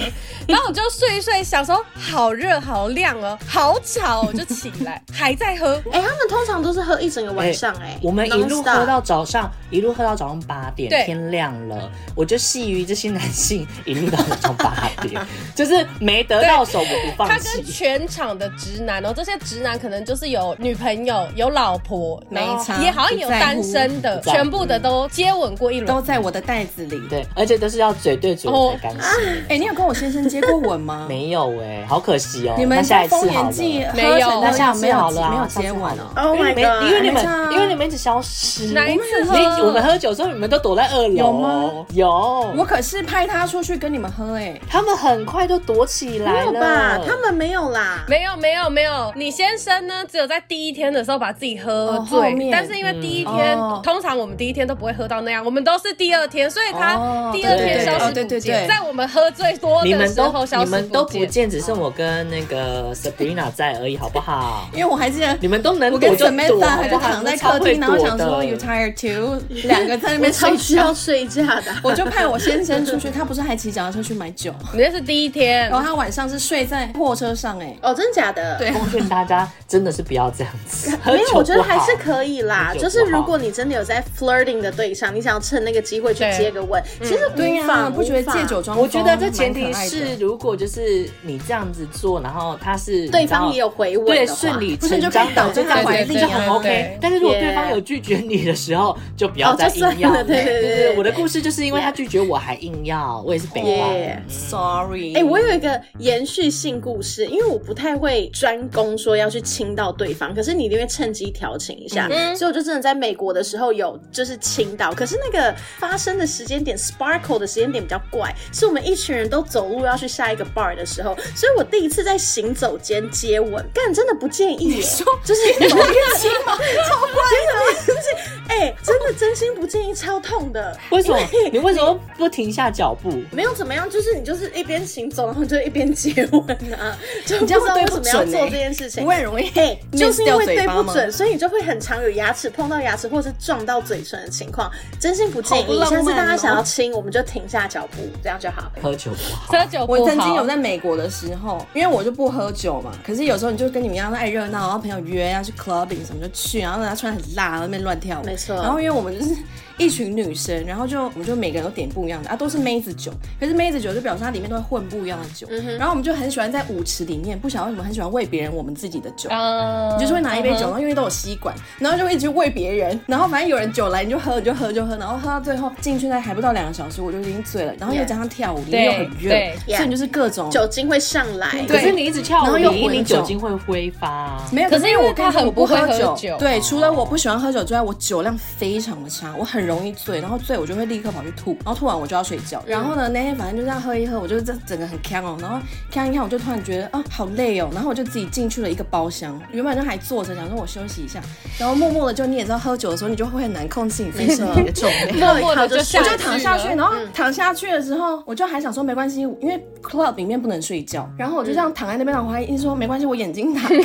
S1: 然后我就睡一睡，想说好热好亮哦，好吵，我就起来还在喝。
S2: 哎、他们通常都是喝一整个晚上、哎、
S3: 我们一路
S2: nonstop
S3: 喝到早上，一路喝到早上八点
S1: 对，
S3: 天亮了，我就系于这些男性，一路到早上八点，就是没得到手我不
S1: 他
S3: 放
S1: 跟
S3: 弃。
S1: 全场的直男哦，这些直男可能就是有女朋友、有老婆，
S4: 没
S1: 然后
S4: 差
S1: 也好像有
S4: 不在乎
S1: 单身的，
S3: 不在乎
S1: 全部的都接吻过一轮，
S4: 都在我的袋子里。
S3: 对，而且都是要嘴对嘴
S1: 哦
S3: 才甘心。
S4: 哎、你有跟我先生接过吻吗？
S3: <laughs> 没有哎，好可惜哦。
S4: 你
S3: 那
S4: 们
S3: 下一
S4: 丰
S3: 次好
S4: 年祭
S3: 了。
S1: 没有
S4: 那
S1: 那
S3: 下
S4: 没
S3: 没有了啊
S4: 没有
S3: 下次
S4: 接吻
S3: 好了
S4: 哦。
S2: Oh
S3: 因为
S2: my
S3: 你们因为
S2: god！
S3: 你
S4: 没差啊
S3: 们因为你们一直消失，
S1: 哪一次
S3: 我
S1: 喝
S3: 们你我们喝酒的时候，你们都躲在二楼，
S4: 有吗？
S3: 有，
S4: 我可是派他出去跟你们喝哎、
S3: 他们很快就躲起
S2: 没
S3: 来
S2: 有
S3: 了。
S2: 吧？他们没有啦。
S1: 没有没有没有，你先生呢，只有在第一天的时候把自己喝
S4: 哦后
S1: 醉，
S4: 面
S1: 但是因为第一天、
S4: 嗯哦
S1: 通常我们第一天都不会喝到那样，我们都是第二天，所以他
S4: 哦
S1: 第二
S3: 对
S1: 天
S3: 对对
S1: 消失不见，
S4: 哦对对对
S1: 在我们喝最多
S3: 你
S1: 的
S3: 们
S1: 时
S3: 都
S1: 候消
S3: 你
S1: 失
S3: 们都不
S1: <laughs> 见。
S3: 见，只剩我跟那个 Sabrina 在而已，好不好？
S4: 因为我还记得
S3: 你们都能
S4: 我
S3: 躲
S4: 跟
S3: 就
S4: Samantha
S3: 躲，好
S4: 他
S3: 不
S4: 就
S3: 好？
S4: 躺在
S3: 你们超
S4: 客
S3: 会
S4: 厅，然后
S3: 躲
S4: 想说
S3: 的。
S4: You tired too，两个在
S3: <laughs>
S4: 那边
S2: 超
S4: 睡
S2: 需要
S4: 觉。
S2: 睡觉的，
S4: 我就派我先生出去，他不是还骑脚踏车去买酒，
S1: 你那是第一天
S4: <laughs> 然，后他晚上是睡在货车上哎、
S2: 哦，真的假的？
S4: 对
S3: 奉劝大家真的是不要这样子，喝
S2: <laughs> 没
S3: 酒
S2: 有，我觉得
S3: 不好
S2: 还是可以啦。
S3: 喝酒不
S2: 就
S3: 好
S2: 是如果你真的有在 flirting 的对象，你想要趁那个机会去
S1: 对
S2: 接个吻，其
S3: 嗯
S2: 实
S4: 对
S2: 无
S4: 呀、
S2: 妨，
S4: 不觉得
S2: 无妨
S4: 借酒装疯
S3: 我觉得这前提
S4: 蛮可爱的
S3: 是，如果就是你这样子做，然后他是
S2: 对方也有回吻
S3: 对
S2: 的话
S3: 顺理
S4: 不是
S3: 成
S4: 就可
S3: 章
S4: 以
S3: 的
S4: 倒在他
S3: 对
S4: 怀
S3: 对
S4: 里
S3: 对就很
S1: 啊
S3: OK
S1: 对。
S3: 但是如果对
S2: Yeah
S3: 方有拒绝你的时候，就不要
S2: 哦
S3: 再
S2: 就算
S3: 硬要。
S2: 了对对对
S3: 对
S2: 对
S3: 我的故事就是因为他拒绝我还硬要，我也是北方。
S2: Yeah
S4: Sorry，
S2: 哎、我有一个延续性故事，因为我不太会专攻说要去亲到对方，可是你一定会趁机调情一下，所以我就真的在美国的时候有就是亲到，可是那个发生的时间点，sparkle 的时间点比较怪，是我们一群人都走路要去下一个 bar 的时候，所以我第一次在行走间接吻，干真的不建议耶，就是走 <laughs> 一起嘛，超怪的，哎、真的真心不建议，超痛的，
S3: 为什么你为什么不停下脚步？
S2: 没有怎么样，就是你就是一边行走，然后就一边接吻
S4: <laughs>
S2: 啊，就不
S4: 你
S2: 知
S4: 这样会
S2: 道
S4: 对
S2: 为
S4: 不
S2: 什么要
S4: 准
S2: 做
S4: 欸
S2: 这件事情。
S4: 不会很容易
S2: 嘿，就是因为
S4: miss
S2: 对不
S4: 掉嘴巴吗
S2: 准，所以你就会很常有牙齿碰到牙齿，或是撞到嘴唇的情况。真心不建
S4: 好不
S2: 议，
S4: 浪漫
S2: 下
S4: 哦
S2: 次大家想要亲，我们就停下脚步，这样就好。
S3: 喝酒不好。
S1: 喝酒不好
S4: 我曾经有在美国的时候，因为我就不喝酒嘛，可是有时候你就跟你们一样爱热闹，然后朋友约要去 clubbing 什么就去，然后大家穿得很辣，然后在那边乱跳舞。
S2: 没错
S4: 然后因为我们就是一群女生，然后就我们就每个人都点不一样的啊，都是妹子酒，可是妹子酒就表示它里面都会混不一样的酒。
S1: 嗯
S4: 然后我们就很喜欢在舞池里面，不晓得为什么很喜欢喂别人我们自己的酒。
S1: 嗯，
S4: 你就是会拿一杯酒，然后因为都有吸管，然后就会一直去喂别人，然后反正有人酒来你就喝，你就喝，就喝，然后喝到最后进去那还不到两个小时，我就已经醉了，然后又
S2: Yeah
S4: 加上跳舞，里
S1: 对
S4: 面又很热
S1: 对，
S4: 所以你就是各种
S2: 酒精会上来，
S3: 可
S4: 对
S3: 是你一直跳
S4: 然
S3: 舞，
S4: 后又
S3: 你一
S4: 混
S3: 你
S4: 酒
S3: 酒精会挥发啊。
S4: 没有，
S1: 可
S4: 可
S1: 是
S4: 是
S1: 因
S4: 因
S1: 为我
S4: 为我
S1: 跟你说
S4: 跟说
S1: 我
S4: 我
S1: 不
S4: 不
S1: 喝
S4: 喝
S1: 酒
S4: 酒，哦对，除了我不喜欢喝酒之外，我酒量非常的差，我很容易醉，然后醉我就会立刻跑去吐，然后吐完我就要睡觉。然后呢，那天反正就这样喝一喝，我就这整个很呛哦，然后呛一呛，我就突然觉得啊好累哦，然后我就自己进去了一个包厢，原本就还坐着想说我休息一下，然后默默的就你也知道喝酒的时候你就会很难控制你 <laughs> 自己身体的啊重量。
S1: 默默的就
S2: 就
S1: 下
S4: 我就躺下去，
S1: 了
S4: 然后
S2: 嗯
S4: 躺下去的时候，我就还想说没关系，因为 club 里面不能睡觉，然后我就
S2: 嗯
S4: 这样躺在那边，然后我还一直说没关系，我眼睛打开，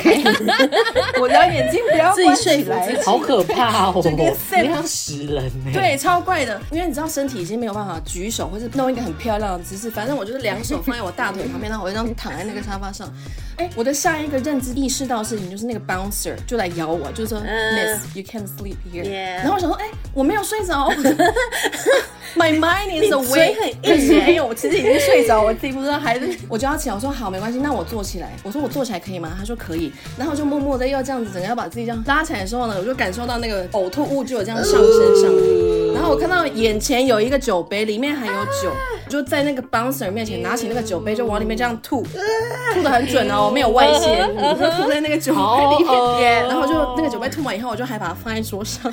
S2: <laughs>
S4: 我的眼睛不要
S2: 自己
S4: 关
S2: 说
S4: 起
S2: 服
S4: 来
S2: 自己。
S3: 好可怕哦！
S4: 整个
S3: 你要死人欸呢、
S4: 对，超怪的，因为你知道身体已经没有办法举手，或是弄一个很漂亮的姿势，反正我就是两手放在我大腿旁边，然后我就这样躺在那个沙发上。哎，我的下一个认知意识到的事情就是那个 bouncer 就来咬我，就说、
S2: 嗯
S4: Miss you can't sleep here，、
S2: Yeah
S4: 然后我想说，哎，我没有睡着 <laughs> ，My mind
S2: 你
S4: is
S2: 嘴
S4: awake， <laughs>
S2: 很硬
S4: 可是
S2: 欸
S4: 没有，我其实已经睡着，我自己不知道，还是我就要起来，我说好，没关系，那我坐起来，我说我坐起来可以吗？他说可以，然后我就默默的要这样子，整个要把自己这样拉起来的时候呢，我就感受到那个呕吐物就有这样上升上来。然后我看到眼前有一个酒杯，里面还有酒，我就在那个 bouncer 面前拿起那个酒杯，就往里面这样吐，吐的很准哦，我没有外泄，我就吐在那个酒杯里
S2: 哦
S3: 好恶
S4: 面，然后就那个酒杯吐完以后，我就还把它放在桌上。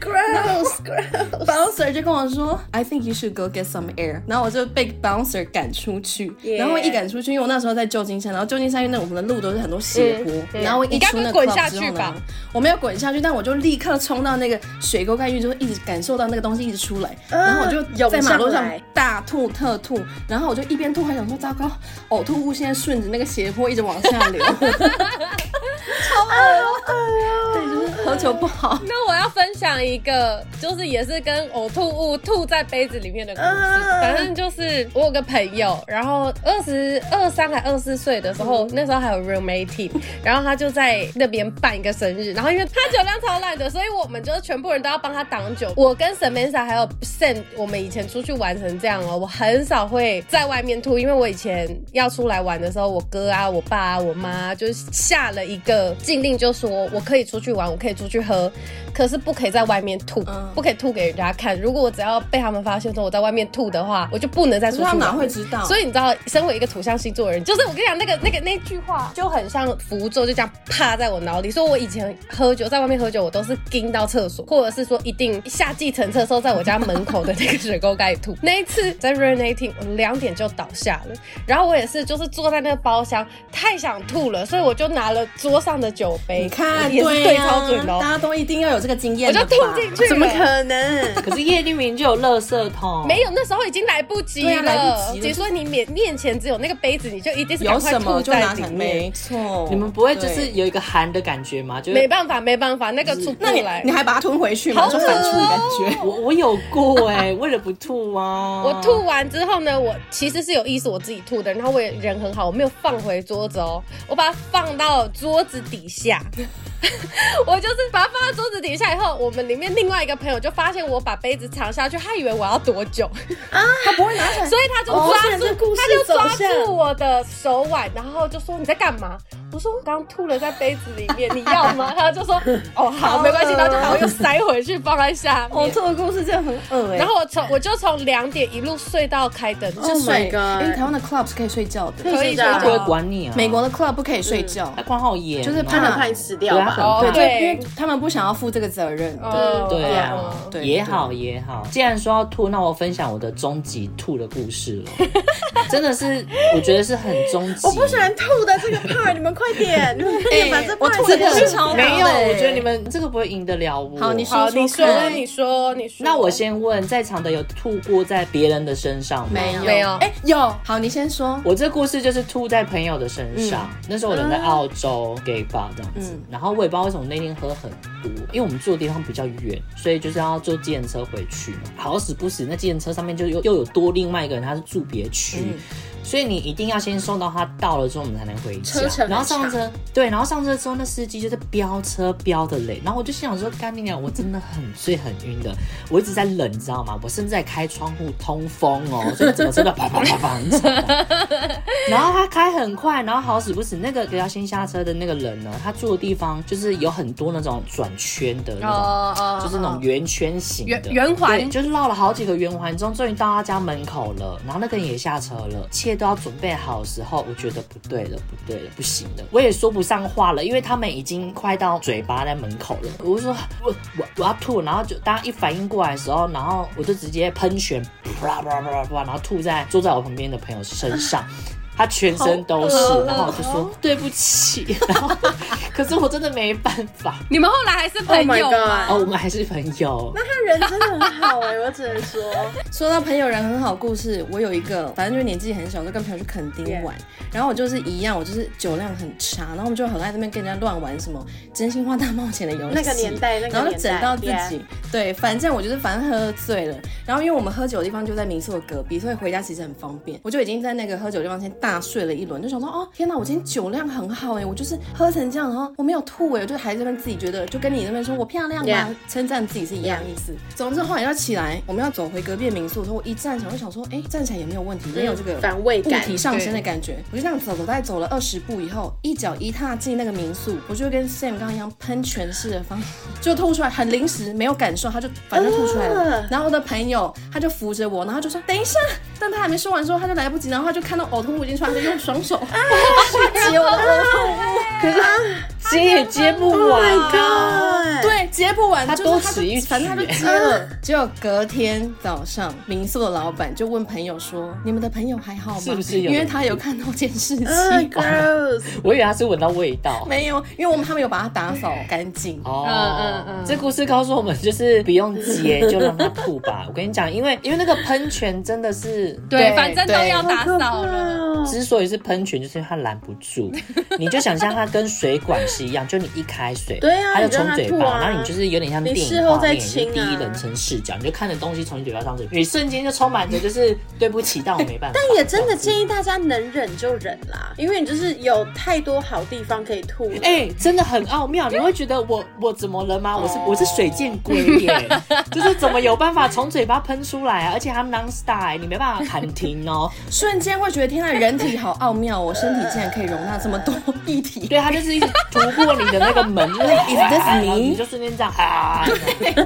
S2: gross gross。
S4: bouncer 就跟我说，I think you should go get some air。然后我就被 bouncer 赶出去
S2: Yeah
S4: 然后一赶出去，因为我那时候在旧金山，然后旧金山因为那我们的路都是很多斜坡，然后我一出
S1: 你该
S4: 那
S1: 不会
S4: club
S1: 滚下去
S4: 之后呢
S1: 吧，
S4: 我没有滚下去，但我就立刻冲到那个水沟盖浴，就是一直感受到那个东西一直出来，然后我就
S2: 涌
S4: 在马路
S2: 上
S4: 上
S2: 来
S4: 大吐吐特吐，然后我就一边吐还想说糟糕，呕吐物现在顺着那个斜坡一直往下流，超恶 <laughs> 对，就是喝酒不好。
S1: 那我要分享一个，就是也是跟呕吐物吐在杯子里面的故事。反正就是我有个朋友，然后二十二三还二四岁的时候，那时候还有 roommating，然后他就在那边办一个生日，然后因为他酒量超烂的，所以我们就是全部人都要帮他挡酒。我跟 Samantha 还有 Sam，我们以前出去玩成这样哦，我很少会在外面吐，因为我以前要出来玩的时候，我哥啊、我爸啊、我妈啊就是下了一个禁令，就说我可以出去玩，我可以出去喝，可是不可以在外面吐，
S4: 嗯
S1: 不可以吐给人家看。如果我只要被他们发现说我在外面吐的话，我就不能再
S4: 可
S1: 出
S4: 是
S1: 去
S4: 他
S1: 玩。
S4: 们哪会知道？
S1: 所以你知道，身为一个土象星座的人，就是我跟你讲，那个那个那句话就很像符咒，就这样啪在我脑里。说我以前喝酒，在外面喝酒，我都是盯到厕所，或者是说一定下计程车时候，在我家门口的那个水沟盖吐。 <laughs> 那一次在 renating，我两点就倒下了，然后我也是就是坐在那个包厢，太想吐了，所以我就拿了桌上的酒杯，
S4: 你看，
S1: 也是
S4: 对
S1: 对超准的、哦
S4: 啊，大。家都一定要有这个经验
S1: 我
S4: 的
S1: 就
S4: 吧。
S1: 吐进去了，
S2: 怎么可能？
S1: <laughs>
S5: 可是夜店明明就有垃圾桶，
S1: 没有，那时候已经来不及
S4: 哦对
S1: 了。
S4: 啊来不及了
S1: 解说你面面前只有那个杯子，你就一定是赶
S4: 有
S1: 快
S4: 什
S1: 吐
S4: 么就
S1: 在
S4: 拿
S1: 里
S4: 什么，
S1: 面
S4: 没。错。
S5: 你们不会就
S4: 对
S5: 是有一个寒的感觉吗？就是
S1: 没办法，没办法，那个出不
S4: 那你
S1: 来
S4: 你。还把它吞回去吗？
S1: 好哦
S4: 就反刍的感觉。
S5: 我我有过哎、
S4: <laughs>
S5: 为了不吐啊，
S1: 我吐完之后呢，我其实是有意识我自己吐的，然后我也人很好，我没有放回桌子哦，我把它放到桌子底下， <laughs> 我就是把它放到桌子底下以后，我们里面另外一个朋友就发现我把杯子藏下去，他以为我要躲酒， <laughs>
S4: 他不会拿起来
S1: 啊所以他就
S2: 哦
S1: 抓
S2: 这
S1: 住，
S2: 个故事
S1: 他就抓
S2: 走向
S1: 住我的手腕，然后就说你在干嘛？我说我刚吐了在杯子里面，你要吗？他就说哦好，哦没关系，然后就把我又塞回去放在下
S4: 呕
S1: 面。
S4: 吐的故事真的很恶哎、
S1: 然后我从我就从两点一路睡到开灯，就
S5: 哦
S2: Oh
S1: 睡
S2: my
S4: 因为台
S2: god！
S4: 湾的 club 是可以睡觉的，
S1: 可以
S2: 睡
S5: 他
S2: 觉
S5: 不会管你啊。
S4: 美国的 club 不可以睡觉
S5: 他，管好严哦、
S4: 就是
S2: 他
S4: 怕
S2: 能怕你死掉
S5: 对他
S2: 吧？
S5: 很
S1: 哦
S5: 怕
S4: 对，就啊
S1: 对
S4: 因为他们不想要负这个责任。
S1: 哦
S5: 对
S1: 对
S5: 啊
S1: 啊
S4: 对
S5: 也好也好。既然说到吐，那我分享我的终极吐的故事
S4: <laughs>
S5: 了，真的是我觉得是很终极。
S2: 我不喜欢吐的这个 part，你们快
S4: <laughs>
S2: 点，你们快点把这 part
S4: 哎我吐
S2: 这
S4: 的
S2: 个
S4: 故事超好的
S5: 没有，我觉得你们这个不会赢得了我。
S4: 好你说
S1: 好，你说，
S4: 看
S1: 你说，你说。
S5: 那我先问，在场的有吐过在别人的身上吗？
S4: 没有
S1: 没有
S4: 哎、有。好，你先说。
S5: 我这故事就是吐在朋友的身上。
S2: 嗯
S5: 那时候我人在澳洲 gay bar 这样子，然后我也不知道为什么那天喝很多，因为我们住的地方比较远，所以就是要坐计程车回去嘛。好死不死，那计程车上面就又又有多另外一个人，他是住别区。
S2: 嗯
S5: 所以你一定要先送到他到了之后，我们才能回家
S2: 车程。很
S5: 然后上
S2: 长
S5: 车，对，然后上车之后，那司机就是飙车飙的累。然后我就心想说，干你娘，我真的很醉很晕的，我一直在冷，你知道吗？我甚至在开窗户通风哦，所以整个车都 <laughs> 啪啪啪啪，你知道吗？ <laughs> 然后他开很快，然后好死不死，那个给他先下车的那个人呢，他住的地方就是有很多那种转圈的那种。
S1: 哦哦，
S5: 就是那种圆圈型的
S1: 圆圆环
S5: 对就是绕了好几个圆环中，终于到他家门口了。然后那个人也下车了，一切都要准备好的时候，我觉得不对了，不对了，不行了，我也说不上话了，因为他们已经快到嘴巴在门口了。我就说我我我要吐，然后就大家一反应过来的时候，然后我就直接喷泉，啪啪啪啪啪，然后吐在坐在我旁边的朋友身上。他全身都是，然后我就说哦对不起， <laughs> 然后可是我真的没办法
S1: 你们后来还是朋
S2: Oh my
S1: 友
S2: god
S1: 吗？
S5: 哦，我们还是朋友。
S2: 他人真的很好哎、我只能说，
S4: <laughs> 说到朋友人很好故事，我有一个，反正就是年纪很小，就跟朋友去垦丁玩然后我就是一样，我就是酒量很差，然后我们就很爱在那边跟人家乱玩什么真心话大冒险的游戏，
S2: 那个年代那个
S4: 然后就整到自
S2: 年代
S4: 己，对，反正我就是反正喝醉了，然后因为我们喝酒的地方就在民宿的隔壁，所以回家其实很方便，我就已经在那个喝酒的地方先大睡了一轮，就想说哦天哪，我今天酒量很好哎、我就是喝成这样，然后我没有吐哎、我就还在那边自己觉得，就跟你那边说我漂亮吗
S2: Yeah.？
S4: 称赞自己是一样的意思。总之后来要起来，我们要走回隔壁的民宿的时候，我一站起来，我就想说，哎、站起来也没有问题，没有这个
S2: 反胃感
S4: 物体上升的感觉。我就这样走，走大概走了二十步以后，一脚一踏进那个民宿，我就跟 Sam 刚刚一样喷泉式的方式就吐出来，很临时，没有感受，他就反正吐出来了
S2: 啊。
S4: 然后我的朋友他就扶着我，然后就说等一下，但他还没说完的时候，他就来不及，然后他就看到呕吐物已经出来，他就用双手去接我的呕吐物。可是
S1: 接也接不完。
S5: 啊
S2: God！
S4: 对，接不完，
S1: 他
S4: 就是
S1: 多
S4: 他就
S1: 此一举
S4: 反正他 <laughs> 就
S1: 耶
S4: 接了。结果隔天早上，民宿的老板就问朋友说：“你们的朋友还好吗？”
S5: 是不是有
S4: 因为他有啊看到监视 <laughs> 器。
S2: 嗯，gross，
S5: 我以为他是闻到味道。
S4: 没有，因为我们他们有把它打扫干净。
S5: 哦，
S1: 嗯嗯嗯
S5: 这故事告诉我们，就是不用
S2: <laughs>
S5: 接，就让它吐吧。我跟你讲，因为因为那个喷泉真的是，
S1: 对，反正都
S4: 对
S1: 要打扫了。
S5: 之所以是喷泉，就是因为它拦不住。你就想象它跟水管是一样，就你一开水，
S2: 对啊
S5: 它就从嘴
S2: 你就让它
S5: 巴，
S2: 吐啊
S5: 然后你就是有点像电
S2: 你事
S5: 影
S2: 后
S5: 画面，
S2: 再
S5: 你是
S2: 清啊
S5: 第一人称视角，你就看着东西从你嘴巴上去，你瞬间就充满着就是对不起，但我没
S2: <laughs>
S5: 办法。
S2: 但也真的建议大家能忍就忍啦，因为你就是有太多好地方可以吐了。
S5: 哎、真的很奥妙，你会觉得我我怎么了吗？我是我是水箭龟
S4: <laughs>
S5: 耶，就是怎么有办法从嘴巴喷出来啊？而且它 non stop，欸你没办法喊停哦。
S4: 瞬间会觉得天呐，啊人体好奥妙哦，身体竟然可以容纳这么多 <laughs> 液体。
S5: 对，它就是一直突破你的那个门，
S4: <laughs>
S5: 就是一直
S4: 这是
S5: 在
S4: 你
S5: 你就瞬间这样
S4: <laughs>
S5: 啊，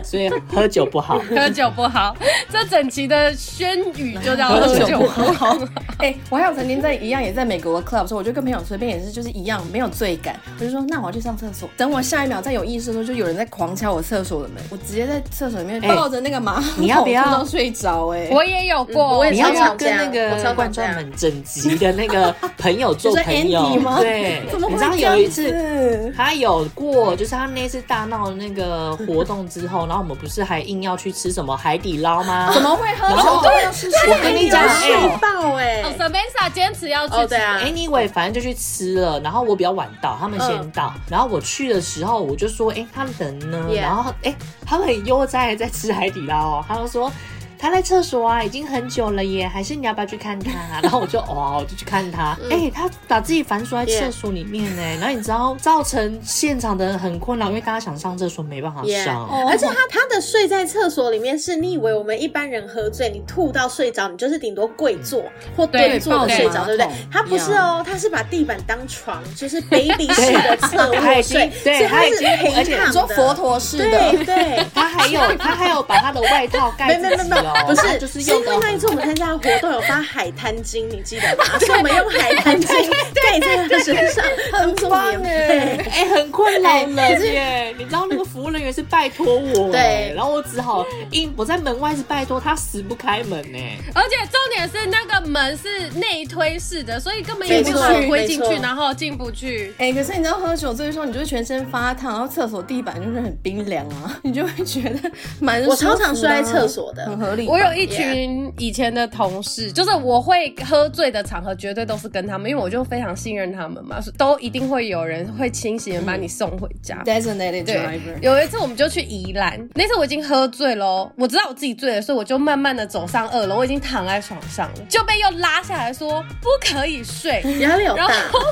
S5: 所以喝酒不好。
S1: 喝酒不好， <laughs> 这整期的宣语就叫
S5: 喝
S1: 喝
S5: 酒
S1: 酒
S5: 不
S1: 不好。
S4: <laughs> 哎、我还有曾经在一样也在美国的 club 的时候，我就跟朋友随便也是就是一样没有罪感，我就说那我要去上厕所。等我下一秒再有意识的时候，就有人在狂敲我厕所的门，我直接在厕所里面
S5: 哎
S4: 抱着那个马桶、
S5: 你要不要
S4: 都睡着、哎，
S1: 我也有过，
S2: 嗯我也
S5: 你
S2: 是
S5: 要不要
S2: 常这
S5: 跟那
S2: 样我常
S5: 个
S2: 常
S5: 观
S2: 这
S5: 众
S2: 样
S5: 们整集的那个朋友做朋
S4: 你
S5: 友
S4: 说 Andy 吗
S5: 对，
S4: 怎么
S5: 你
S4: 会
S5: 知道
S4: 这样
S5: 有一次
S4: 子
S5: 他有过，就是他那次大闹那个活动之后，然后我们不是还硬要去吃什么海底捞吗？
S4: 怎么会喝
S5: 然后
S4: 酒？对，是
S5: 我跟你讲，哎、
S2: 睡爆哎、
S1: 哦 Samantha 坚持要去
S2: 哦，对啊，
S5: Anyway，反正就去吃了，然后我比较晚到，他们
S2: 嗯
S5: 先到，然后我去的时候我就说，哎、他人呢
S2: Yeah
S5: 然后哎、他们很悠哉地在吃海底捞哦，他就说。他在厕所啊，已经很久了耶，还是你要不要去看他、啊 <laughs> 然后我就哇，我就去看他，
S2: 嗯
S5: 哎、他把自己反锁在厕所里面呢然后你知道造成现场的人很困扰，因为大家想上厕所没办法上
S2: Yeah 而且他他的睡在厕所里面是，你以为我们一般人喝醉，你吐到睡着，你就是顶多跪坐或蹲坐
S1: 对
S2: 睡着，
S4: 对抱
S2: 对不对
S4: 着马桶？
S2: 他不是哦，他是把地板当床，就是 baby 式的侧
S5: 他
S2: 卧
S5: 已经
S2: 睡，
S5: 对
S2: 所以
S5: 他
S2: 他
S5: 已
S2: 是
S5: 经而且
S2: 平躺
S4: 你
S2: 的。
S4: 说佛陀式的，
S2: 对对，
S5: 他还有他还有把他的外套盖
S2: 没
S5: 自
S2: 没没
S5: 己
S2: 没
S5: 哦，，
S2: 不
S5: 他
S4: 啊
S2: 是，
S5: 就是
S2: 是因
S5: 用的
S2: 为那一次我们参加的活动有发海滩巾，你记得吗？所 <laughs> 以我们
S4: <laughs>
S2: 用海滩巾盖在他身上，当做棉被。
S5: <laughs> 哎、很困扰人耶！你知道那个服务人员是拜托我，
S2: 对
S5: 然后我只好硬我在门外是拜托他死不开门呢。
S1: 而且重点是那个门是内推式的，所以根本也没有办法推进
S2: 没
S1: 去，
S2: 错
S1: 然后进不去。
S4: 哎、可是你知道喝酒醉的时候，你就会全身发烫，然后厕所地板就是很冰凉啊， <laughs> 你就会觉得 <laughs> 蛮舒服的啊、嗯
S2: 我超常睡在厕所的
S4: 很合理吧。
S1: 我有一群以前的同事，就是我会喝醉的场合，绝对都是跟他们，因为我就非常信任他们嘛，都一定会有人会清醒的把你送回家。
S4: designated
S1: 对
S4: driver，，
S1: 有一次我们就去宜兰，那次我已经喝醉喽，我知道我自己醉了，所以我就慢慢的走上二楼，我已经躺在床上了，就被又拉下来说不可以睡，
S2: 压力有大，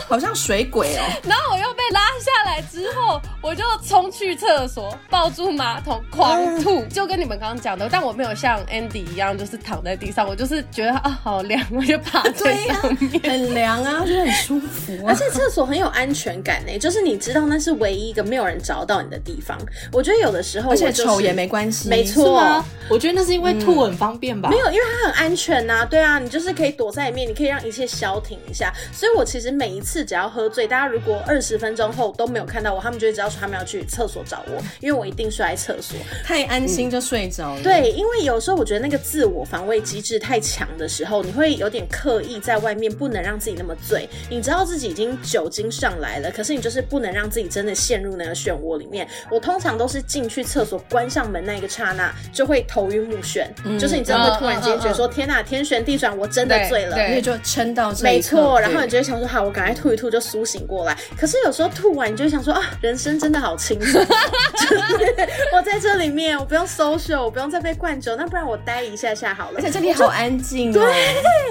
S4: 好像水鬼哦。
S1: 然后我又被拉下来之后，我就冲去厕所，抱住马桶狂
S2: 嗯
S1: 吐，就跟你们刚刚讲的，但我没有像 Andy 一样，就是躺在地上，我就是觉得啊好凉，我就趴在
S4: 对呀、
S1: 上
S2: <laughs>
S1: 面。
S4: 很凉啊，就很舒服
S2: <laughs> 而
S4: 啊。
S2: 且厕所很有安全感诶、就是你知道那是唯一一个没有人找到你的地方。我觉得有的时候我
S4: 而且
S2: 就是
S4: 丑也没关系，
S2: 没错
S5: 是吗？我觉得那是因为吐很方便吧。
S2: 没有，因为它很安全呐、对啊，你就是可以躲在里面，你可以让一切消停一下。所以我其实每一次只要喝醉，大家如果二十分钟后都没有看到我，他们就会知道说他们要去厕所找我，因为我一定睡在厕所。
S4: 太安心就睡着了。，
S2: 嗯对，因为有时候我觉得那个自我防卫机制太强的时候，你会有点刻意在外面不能让自己那么醉。你知道自己已经酒精上来了，可是你就是不能让自己真的陷入那个漩涡里面。我通常都是进去厕所关上门那一个刹那，就会头晕目眩，就是你真的会突然之间觉得说：“天呐，天旋地转，我真的
S1: 对
S2: 醉了。”
S1: 对
S4: 因为就撑到这一
S2: 没
S4: 刻
S2: 错，然后你
S4: 对
S2: 就会想说，好，我赶快吐一吐就苏醒过来。可是有时候吐完，你就会想说啊，人生真的好轻松，哦就是我在这里面，我不用 social，我不用再被灌酒，那不然我待一下下好了。
S4: 而且这里好安静、哦，对，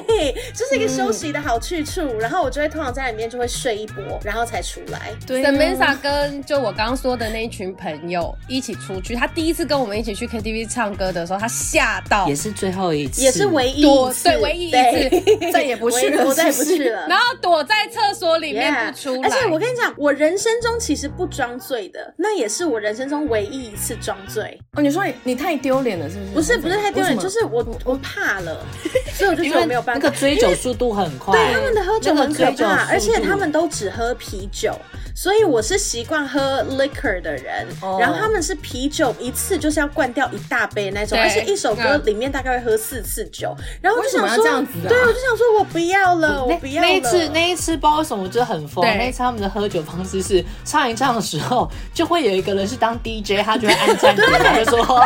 S2: 嘿，这是一个休息的好去处。然后我就会通常在里面就会睡一波，然后才出来。
S4: 对啊
S1: Samantha 跟就我刚刚说的那一群朋朋友一起出去，他第一次跟我们一起去 KTV 唱歌的时候，他吓到
S5: 也，是最后一次，
S2: 也是唯一
S1: 躲
S2: 一次，
S1: 对唯一一次，
S4: 再也不去了
S2: 我再也
S4: 是
S2: 不
S4: 不是
S2: 去 <laughs> 了。
S1: 然后躲在厕所里面
S2: Yeah，
S1: 不出来。
S2: 而且我跟你讲，我人生中其实不装醉的，那也是我人生中唯一一次装醉。
S4: 哦，你说你你太丢脸了，是不是？
S2: 不是不是太丢
S4: 为什
S2: 脸，
S4: 么
S2: 就是我我怕了，所以我就觉得我没有办
S5: 那
S2: 法
S5: 个。追酒速度很快，啊
S2: 对，他们的喝酒很可
S5: 那个追
S2: 怕，
S5: 酒
S2: 而且
S5: 速度
S2: 他们都只喝啤酒，所以我是习惯喝 liquor 的人。
S4: 哦
S2: 然后他们是啤酒一次就是要灌掉一大杯那种，
S1: 对
S2: 而且一首歌
S1: 嗯
S2: 里面大概会喝四次酒。然后我就想
S4: 为什么
S2: 说，
S4: 要这样子啊
S2: 对，我就想说我不要了，我
S5: 那
S2: 不要了。
S5: 那一次，那一次不知道为什么我觉得很疯。
S1: 对
S5: 那一次他们的喝酒方式是唱一唱的时候，就会有一个人是当 DJ，他就会按
S2: <laughs>
S5: 暂停，他就说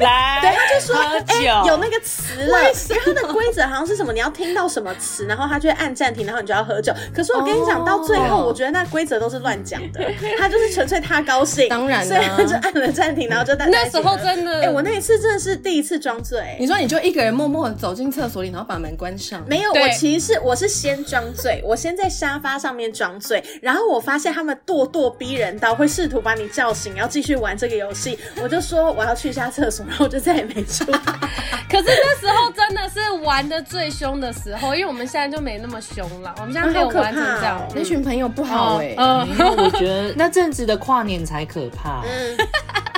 S5: 来，
S2: 对，他就说
S5: 喝
S2: 哎、
S5: 酒，
S2: 有那个词了，因为他的规则好像是什么，你要听到什么词，然后他就会按暂停，然后你就要喝酒。可是我跟你讲，
S4: 哦
S2: 到最后，我觉得那规则都是乱讲的，他就是纯粹他高兴，
S4: 当然啊
S2: 所以他就按了暂停，然后就大家
S1: 那时候
S2: 一起喝
S1: 真的
S2: 哎、我那一次真的是第一次装醉、
S4: 你说你就一个人默默地走进厕所里，然后把门关上，
S2: 没有，
S1: 对
S2: 我其实是我是先装醉，我先在沙发上面装醉，然后我发现他们咄咄逼人到会试图把你叫醒，要继续玩这个游戏，我就说我要去一下厕所，然后我就再也没出来。
S1: 可是那时候真的是玩的最凶的时候，因为我们现在就没那么凶了，我们现在没有玩成这样
S2: 好可怕哦。
S4: 那群朋友不好哎、
S2: 哦
S1: 嗯，
S5: 然后我觉得那阵子的跨年才可怕。
S2: 嗯，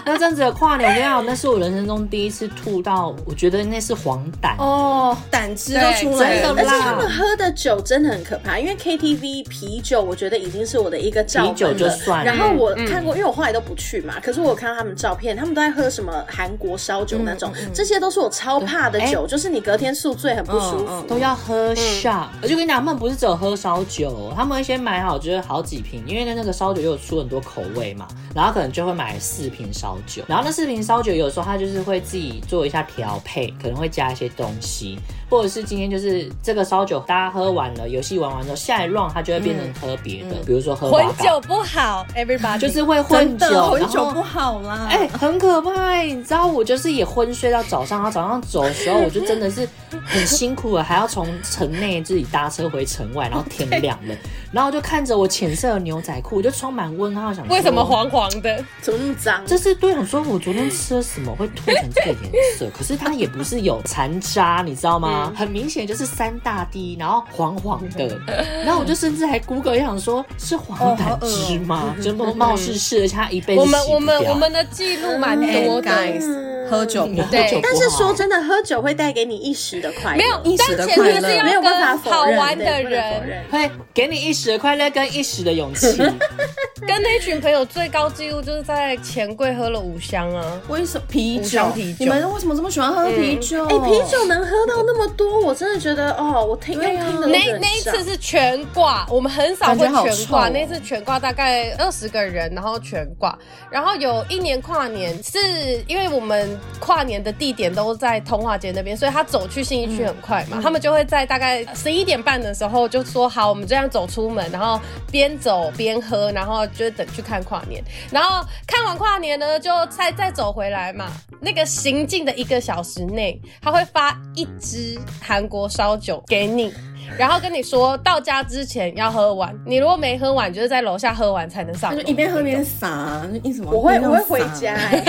S5: 那阵子的跨年，我跟你讲，那是我人生中第一次吐到，我觉得那是黄疸。
S4: 哦，胆汁都出来
S5: 对真
S4: 了哎
S5: 的
S2: 而且他
S5: 辣
S2: 们喝的酒真的很可怕，因为 KTV 啤酒我觉得已经是我的一个照门
S5: 啤酒就
S2: 了
S5: 算了
S2: 然后
S1: 嗯
S2: 我看过，因为我后来都不去嘛，可是我有看到他们照片，他们都在喝什么韩国烧酒那
S5: 嗯
S2: 种，这些都是我超怕的
S5: 哎
S2: 酒，就是你隔天宿醉很不舒
S4: 嗯嗯
S2: 服。
S5: 都要喝 shot，、我就跟你讲，他们不是只有喝烧酒，他们会先买好就是好几瓶，因为那那个烧酒又有出很多口味嘛，然后可能就会买四瓶烧酒，然后那四瓶烧酒有时候他就是会自己做一下调配，可能会加一些东西，或者是今天就是这个烧酒大家喝完了，游戏玩完之后，下一 round 它就会变成喝别的，比如说喝
S1: 混
S5: vodka
S1: 酒不好，everybody
S5: 就是会混
S4: 真
S5: 酒，
S4: 的
S5: 然
S4: 很
S5: 后
S4: 久不好啦。
S5: 哎、很可怕、欸，你知道我就是也昏睡到早上，然后早上走的时候，我就真
S1: <laughs>
S5: 的是很辛苦了，还要从城内自己搭车回城外，然后天亮了，然后就看着我浅色的牛仔裤，我就充满问号，想说
S1: 为什么？黄黄的？
S2: 怎么那么脏？
S5: 这是对想说，我昨天吃了什么会吐成这个颜色？可是它也不是有残渣，你知道吗？
S1: 嗯
S5: 很明显就是三大滴，然后黄黄的。
S1: 嗯
S5: 然后我就甚至还 Google 想说，是黄
S1: 哦
S5: 疸汁吗？就冒失试了一下，一辈
S1: 嗯
S5: 子
S1: 我们
S5: 哎洗不
S1: 我们
S5: 掉
S1: 我们的记录蛮多
S4: 哎
S1: 的。
S4: guys，喝酒不
S5: 你
S4: 好
S5: 喝
S2: 嗯
S1: 对
S5: 酒不
S2: 但是
S5: 好啊
S2: 说真的，喝酒会带给你一时的快乐，
S1: 没有，
S4: 一时
S1: 但
S4: 的
S1: 前提
S4: 快乐
S1: 是
S2: 没
S1: 要
S2: 有办法
S1: 跟
S2: 否认
S1: 好玩
S2: 对
S1: 的
S2: 不能否
S1: 人，
S2: 认
S5: 会给你一时的快乐跟一时的勇气。
S1: 跟那群朋友最高纪录就是在钱柜喝了五箱啊。
S4: 为什么啤
S1: 五
S4: 酒
S1: 香啤酒
S4: 你们为什么这么喜欢喝啤酒？
S5: 哦
S2: 哎、啤酒能喝到那么多，我真的觉得哦，我听用
S4: 对啊
S2: 听的都
S1: 那
S2: 觉得很
S1: 那一
S2: 胀
S1: 次是全挂，我们很少会
S4: 感觉好
S1: 全
S4: 臭
S1: 挂。
S4: 哦
S1: 那次全挂大概二十个人，然后全挂。然后有一年跨年，是因为我们跨年的地点都在通化街那边，所以他走去信义区很快
S4: 嗯
S1: 嘛。他们就会在大概十一点半的时候就说好，我们这样走出门，然后边走边喝，然后就等去看跨年。然后看完跨年呢，就再再走回来嘛。那个行进的一个小时内，他会发一支韩国烧酒给你，然后跟你说到家之前要喝完。你如果没喝完，就是在楼下喝完才能上
S4: 他
S1: 楼。
S4: 就一边喝一边撒，就一直往
S2: 我会
S4: 地
S2: 我
S4: 上
S2: 会回
S4: 撒
S2: 家、。哎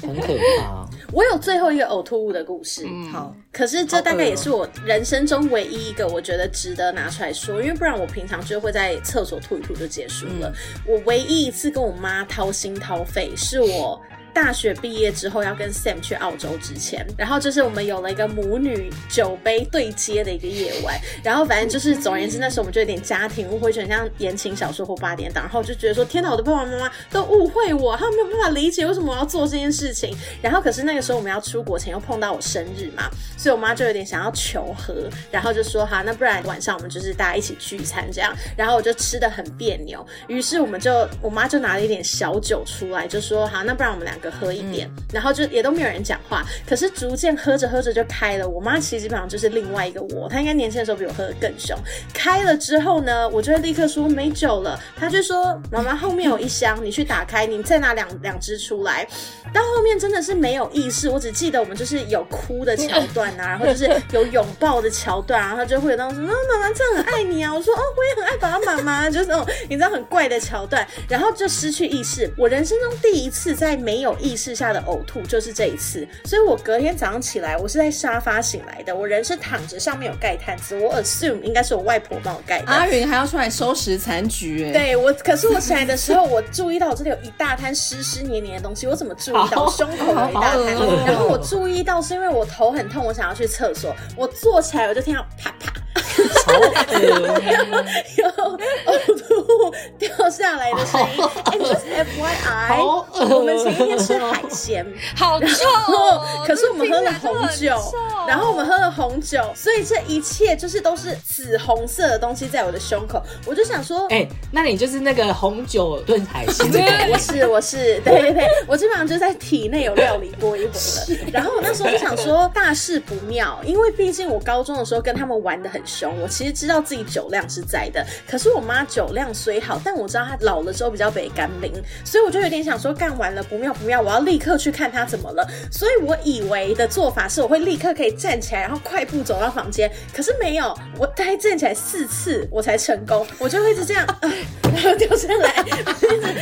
S5: 很可怕。
S2: 我有最后一个呕吐物的故事。
S4: 好，
S2: 可是这大概也是我人生中唯一一个我觉得值得拿出来说，因为不然我平常就会在厕所吐一吐就结束了。我唯一一次跟我妈掏心掏肺，是我。大学毕业之后要跟 Sam 去澳洲之前，然后就是我们有了一个母女酒杯对接的一个夜晚，然后反正就是总而言之，那时候我们就有点家庭误会，就很像言情小说或八点档，然后我就觉得说，天哪，我的爸爸妈妈都误会我，他们没有办法理解为什么我要做这件事情。然后可是那个时候我们要出国前又碰到我生日嘛，所以我妈就有点想要求和，然后就说好，那不然晚上我们就是大家一起聚餐这样。然后我就吃的很别扭，于是我们就我妈就拿了一点小酒出来，就说好，那不然我们两个个喝一点，然后就也都没有人讲话。可是逐渐喝着喝着就开了。我妈其实基本上就是另外一个我，她应该年轻的时候比我喝的更凶。开了之后呢，我就会立刻说没酒了，她就说妈妈后面有一箱，你去打开，你再拿两两支出来。到后面真的是没有意识，我只记得我们就是有哭的桥段啊，然后就是有拥抱的桥段啊，然后就会有那种什么、啊妈妈这样很爱你啊，我说哦我也很爱爸爸妈妈，就是那种你知道很怪的桥段，然后就失去意识。我人生中第一次在没有意识下的呕吐就是这一次，所以我隔天早上起来，我是在沙发醒来的，我人是躺着，上面有盖毯子，我 assume 应该是我外婆帮我盖的。
S4: 阿云还要出来收拾残局哎、
S2: 对我，可是我起来的时候，我注意到我这里有一大滩湿湿黏黏的东西，我怎么注意到？我胸口有一大滩
S4: 好恶，
S2: 然后我注意到是因为我头很痛，我想要去厕所，我坐起来我就听到啪啪。然后呕吐掉下来的声音，哎、
S5: 好
S2: 就
S5: 恶
S2: 是 FYI，我们前一天吃海鲜， <laughs>
S1: 好臭
S2: 哦
S1: 哦！
S2: 可是我们喝了
S1: 这
S2: 红
S1: 听起
S2: 酒
S1: 来就很臭，
S2: 然后我们喝了红酒，所以这一切就是都是紫红色的东西在我的胸口，我就想说，
S5: 哎、那你就是那个红酒炖海鲜的概
S2: 我
S5: 念，
S2: 是我是，对对对，我基本上就在体内有料理过一回了。然后我那时候就想说大事不妙，因为毕竟我高中的时候跟他们玩的很凶，我其实知道自己酒量是在的。可是我妈酒量虽好，但我知道她老了之后比较北干灵，所以我就有点想说干完了不妙不妙，我要立刻去看她怎么了。所以我以为的做法是我会立刻可以站起来，然后快步走到房间。可是没有，我大概站起来四次我才成功，我就会一直这样，啊然后掉下来，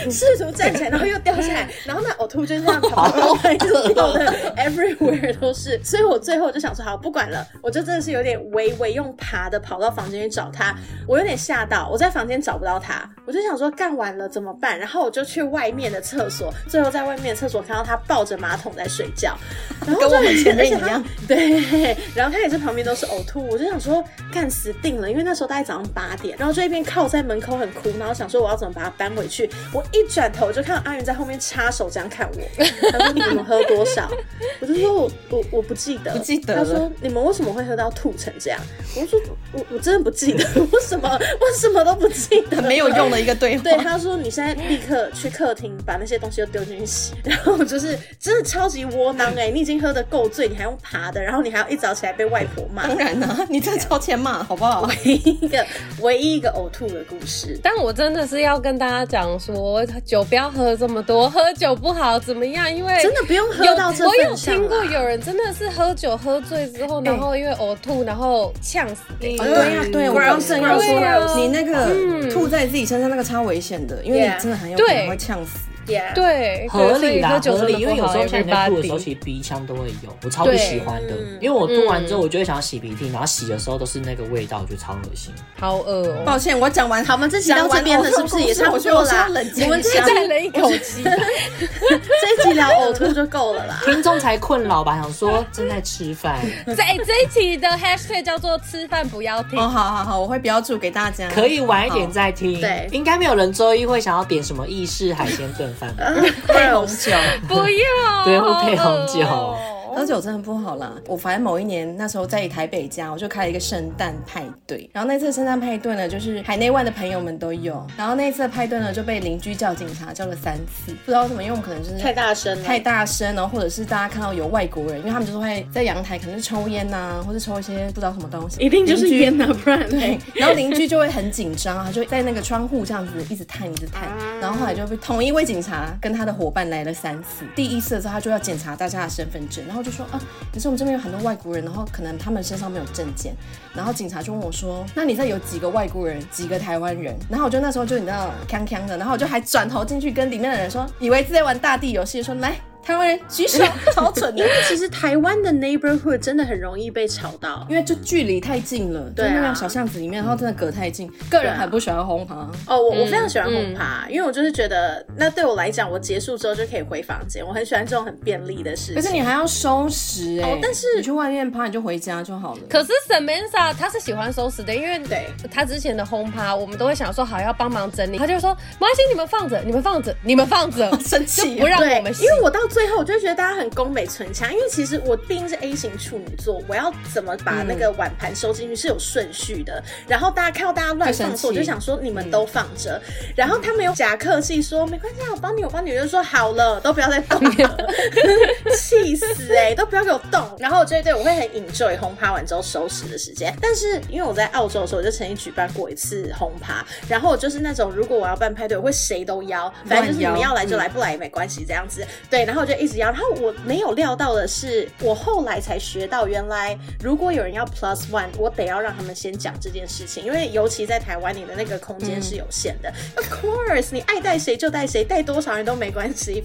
S2: 一直试图站起来，然后又掉下来，然后那呕吐就这样跑跑来就掉的，everywhere 都是。所以我最后就想说，好不管了，我就真的是有点微微用爬的跑到房间去找他，我有点吓到，我在房间找不到他，我就想说干完了怎么办？然后我就去外面的厕所，最后在外面的厕所看到他抱着马桶在睡觉，然后就
S4: 跟我们前面
S2: 而且他
S4: 一样
S2: <laughs> 对，然后他也是旁边都是呕吐，我就想说干死定了，因为那时候大概早上八点，然后就一边靠在门口很哭，然后想说我要怎么把它搬回去。我一转头就看到阿云在后面插手这样看我， <laughs> 他说你们喝多少？我就说我我我不记得，
S4: 不记得
S2: 他
S4: 了
S2: 说你们为什么会喝到吐成这样？我就说我我真的不记得， <laughs> 我什么我什么都不记得，
S4: 很没有用的一个对话。
S2: 对，他说你现在立刻去客厅把那些东西都丢进去洗，然后就是真的超级窝囊哎、你已经喝得够醉，你还用爬的，然后你还要一早起来被外婆骂
S4: 当，然啦、啊你这超前嘛，好不好？
S2: 唯一一个唯一一个呕吐的故事。
S1: 但我真的是要跟大家讲说，酒不要喝这么多，喝酒不好怎么样？因为
S2: 真的不用喝
S1: 有
S2: 到这
S1: 我有
S2: 份上啊啦
S1: 听过有人真的是喝酒喝醉之后，然后因为呕吐，然后呛死
S2: 哎
S1: 的。
S4: 对呀、对，我刚正要
S1: 对啊
S4: 说，嗯你那个吐在自己身上那个超危险的，因为
S2: Yeah
S4: 你真的很有可
S1: 对
S4: 能会呛死。
S2: Yeah，
S1: 对，所
S5: 合理
S1: 以
S5: 啦，
S1: 喝酒
S5: 合
S1: 真的
S5: 理，因为
S1: 不
S5: 有
S1: 好
S5: 时候像你在吐的时候，
S1: ，everybody。
S5: 其实鼻腔都会有，我超不喜欢的，因为我吐完之后，我就会想要洗鼻涕，然后洗的时候都是那个味道，我觉得超恶心。
S1: 好饿 <laughs> 哦。
S4: 啊抱歉，我讲完
S2: 好，我们这集到这边了，是不是也差不
S4: 我觉得我
S2: 多
S4: 需
S2: 啦
S4: 要？冷静
S2: 我们
S4: 一
S2: 这
S4: 下
S2: 集
S1: 再了一口气， <laughs>
S2: 这一集聊呕吐就够了
S5: <laughs>
S2: 啦。
S5: 听众才困扰吧，想说正在吃饭，
S1: 这哎这一期的 hashtag 叫做“吃饭不要停
S4: 哦，好好好，我会标注给大家。
S5: 可以晚一点再听。
S2: 对
S5: 应该没有人周一会想要点什么意式海鲜炖饭吧？ <laughs>
S4: 配红酒，”，
S1: <laughs> 不要，
S5: 对会配红酒
S1: 好饿哦
S4: 喝酒真的不好啦。我反正某一年那时候在台北家，我就开了一个圣诞派对。然后那次圣诞派对呢，就是海内外的朋友们都有。然后那次的派对呢，就被邻居叫警察叫了三次，不知道为什么，因为我们可能就是
S2: 太大声了，
S4: 太大声哦，或者是大家看到有外国人，因为他们就是会在阳台可能是抽烟呐、或是抽一些不知道什么东西，
S2: 一定就是烟啊，不然
S4: 对， <laughs> 然后哎邻居就会很紧张啊，就在那个窗户这样子一直探，一直探，然后后来就被同一位警察跟他的伙伴来了三次。第一次的时候，他就要检查大家的身份证，然后就说啊，可是我们这边有很多外国人，然后可能他们身上没有证件。然后警察就问我说，那你这有几个外国人，几个台湾人？然后我就那时候就你知道，锵锵的，然后我就还转头进去跟里面的人说，以为是在玩大地游戏，说来台湾人举手，超蠢啊的
S2: 因。为其实台湾的 neighborhood 真的很容易被吵
S4: <laughs>
S2: 到。
S4: 因为就距离太近了，
S2: 对啊
S4: 就那种小巷子里面，然后真的隔太近，个人很不喜欢轰趴。
S2: 哦，我我非常喜欢轰趴，因为我就是觉得那对我来讲，我结束之后就可以回房间，我很喜欢这种很便利的事情。
S4: 可是你还要收拾哎、
S2: 哦但是
S4: 你去外面趴，你就回家就好了。
S1: 可是 Samantha 她是喜欢收拾的，因为
S2: 对
S1: 她之前的轰趴，我们都会想说好要帮忙整理，她就说没关系，你们放着，你们放着，你们放着，
S4: 生
S1: 就
S4: 气
S1: 不让
S2: 对，
S1: 我们洗
S2: 因。为我到最后，我就觉得大家很宫北唇枪，因为其实我毕竟是 A 型处女座，我要怎么把
S4: 嗯
S2: 那个碗盘收进去是有顺序的。然后大家看到大家乱放的时候，
S4: 会生
S2: 我
S4: 气嗯
S2: 就想说你们都放着。然后他们有假客气说没关系，啊，我帮你，我帮你，我就说好了，都不要再动了，气死哎、都不要给我动。然后我觉得对我会很 enjoy 轰趴完之后收拾的时间。但是因为我在澳洲的时候，我就曾经举办过一次轰趴，然后我就是那种如果我要办派对，我会谁都邀，反正就是你
S4: 乱
S2: 们
S4: 邀
S2: 要来就来，不来也没关系这样子。对，然后我就一直邀。然后我没有料到的是，我后来才学到，原来如果有人要 plus one，我得要让他们先讲这件事情，因为尤其在台湾，你的那个空间是有限的。Of course，你爱带谁就带谁，带多少人都没关系。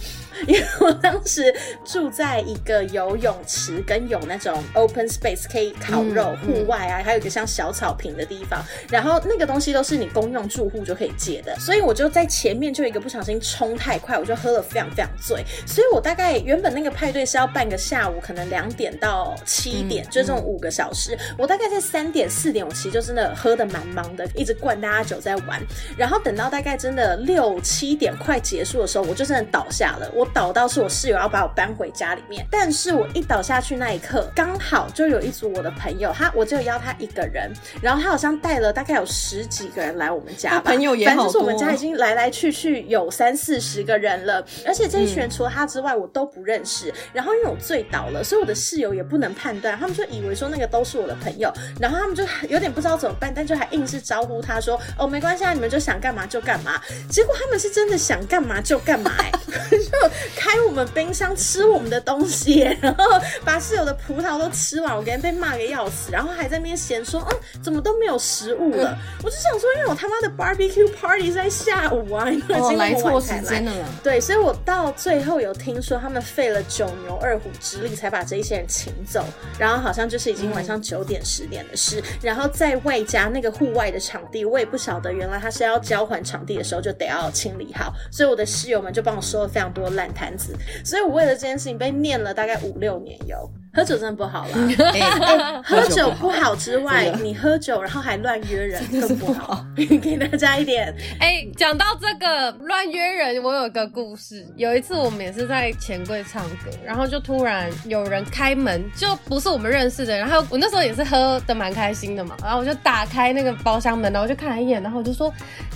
S2: 因为我当时住在一个有泳池跟有那种 open space 可以烤肉、户外啊，还有一个像小草坪的地方，然后那个东西都是你公用住户就可以借的，所以我就在前面就有一个不小心冲太快，我就喝了非常非常醉，所以我大概原本那个派对是要办个下午，可能两点到七点，就这种五个小时，我大概在三点四点，我其实就真的喝的蛮忙的，一直灌大家酒在玩，然后等到大概真的六七点快结束的时候，我就真的倒下了。我倒到是我室友要把我搬回家里面，但是我一倒下去那一刻，刚好就有一组我的朋友，他我只有邀他一个人，然后他好像带了大概有十几个人来我们家
S4: 他
S2: 吧，
S4: 朋友也
S2: 反正
S4: 好
S2: 就是我们
S4: 多
S2: 家
S4: 哦
S2: 已经来来去去有三四十个人了，而且这一群
S4: 嗯
S2: 人除了他之外我都不认识。然后因为我醉倒了，所以我的室友也不能判断，他们就以为说那个都是我的朋友，然后他们就有点不知道怎么办，但就还硬是招呼他说：“哦，没关系，啊，你们就想干嘛就干嘛。”结果他们是真的想干嘛就干嘛、
S4: <laughs>
S2: 欸，就开我们冰箱吃我们的东西欸、然后把室友的葡萄都吃完，我跟人被骂个要死，然后还在那边嫌说：“嗯，怎么都没有食物
S4: 嗯
S2: 了？”我就想说，因为我他妈的 barbecue party 是在下午啊，因为
S4: 哦，
S2: 今
S4: 来
S2: 天我
S4: 错
S2: 晚才
S4: 时
S2: 来。
S4: 间了
S2: <laughs>
S4: 啦。
S2: 对，所以我到最后有听说他们费了九牛二虎之力才把这一些人请走，然后好像就是已经晚上九点十点的事，然后在外加那个户外的场地，我也不晓得原来他是要交还场地的时候就得要清理好，所以我的室友们就帮我收了非常多烂摊子，所以我为了这件事情被念了大概五六年有。喝酒真的不好啦，
S3: 哎
S2: 嗯 <laughs> 喝酒
S3: 不
S2: 不好之外，你喝酒然后还乱约人更不好， <laughs> 哦给大家一点
S1: <laughs> 哎，讲到这个乱约人，我有个故事。有一次我们也是在钱柜唱歌，然后就突然有人开门，就不是我们认识的人。然后我那时候也是喝的蛮开心的嘛，然后我就打开那个包厢门，然后我就看了一眼，然后我就说：“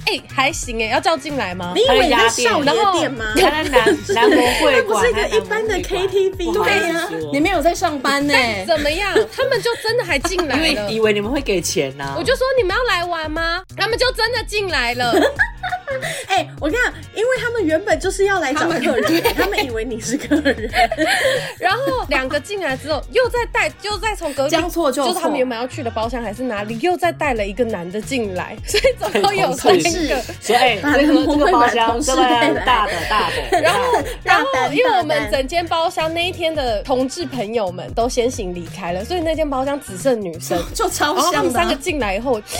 S1: 哎，还行哎，要叫进来吗
S2: 你以为你在少
S1: 然
S2: 爷
S1: 后
S2: 店吗？
S5: 他在南南国会
S2: 不
S5: 馆，
S2: 是一个
S5: 他在
S2: 一般的
S5: 南国会馆
S2: KTV
S5: 不好哦意
S2: 对啊
S5: 思说
S4: 你没有在上
S2: <laughs>
S4: 班呢、？”欸
S1: 怎么样？他们就真的还进来
S5: 因
S1: 了，
S5: 为以为你们会给钱呐、
S1: 我就说你们要来玩吗？他们就真的进来了，
S2: 哎、我跟你讲，因为他们原本就是要来找客人，他们以为你是客人，
S1: 然后两个进来之后，又再带，又再从隔壁，
S4: 将错就错
S1: 是他们原本要去的包厢还是哪里，又再带了一个男的进来，所以总共有三
S5: 同
S1: 个
S2: 事。
S5: 所以哎
S2: 把
S5: 这个
S2: 人
S5: 这
S2: 不
S5: 个
S2: 会
S5: 包
S2: 把
S5: 厢
S2: 同事
S5: 这个
S2: 带来
S5: 大的大的，然后。
S1: <laughs> 然后
S2: 大胆，
S1: 因为我们
S2: 大胆
S1: 整间包厢那一天的同志朋友们都先行离开了，所以那间包厢只剩女生。
S4: 就超
S1: 然后
S2: 哦
S1: 他
S4: 像
S1: 们
S4: 的
S1: 三
S4: 啊、
S1: 个进来以后，真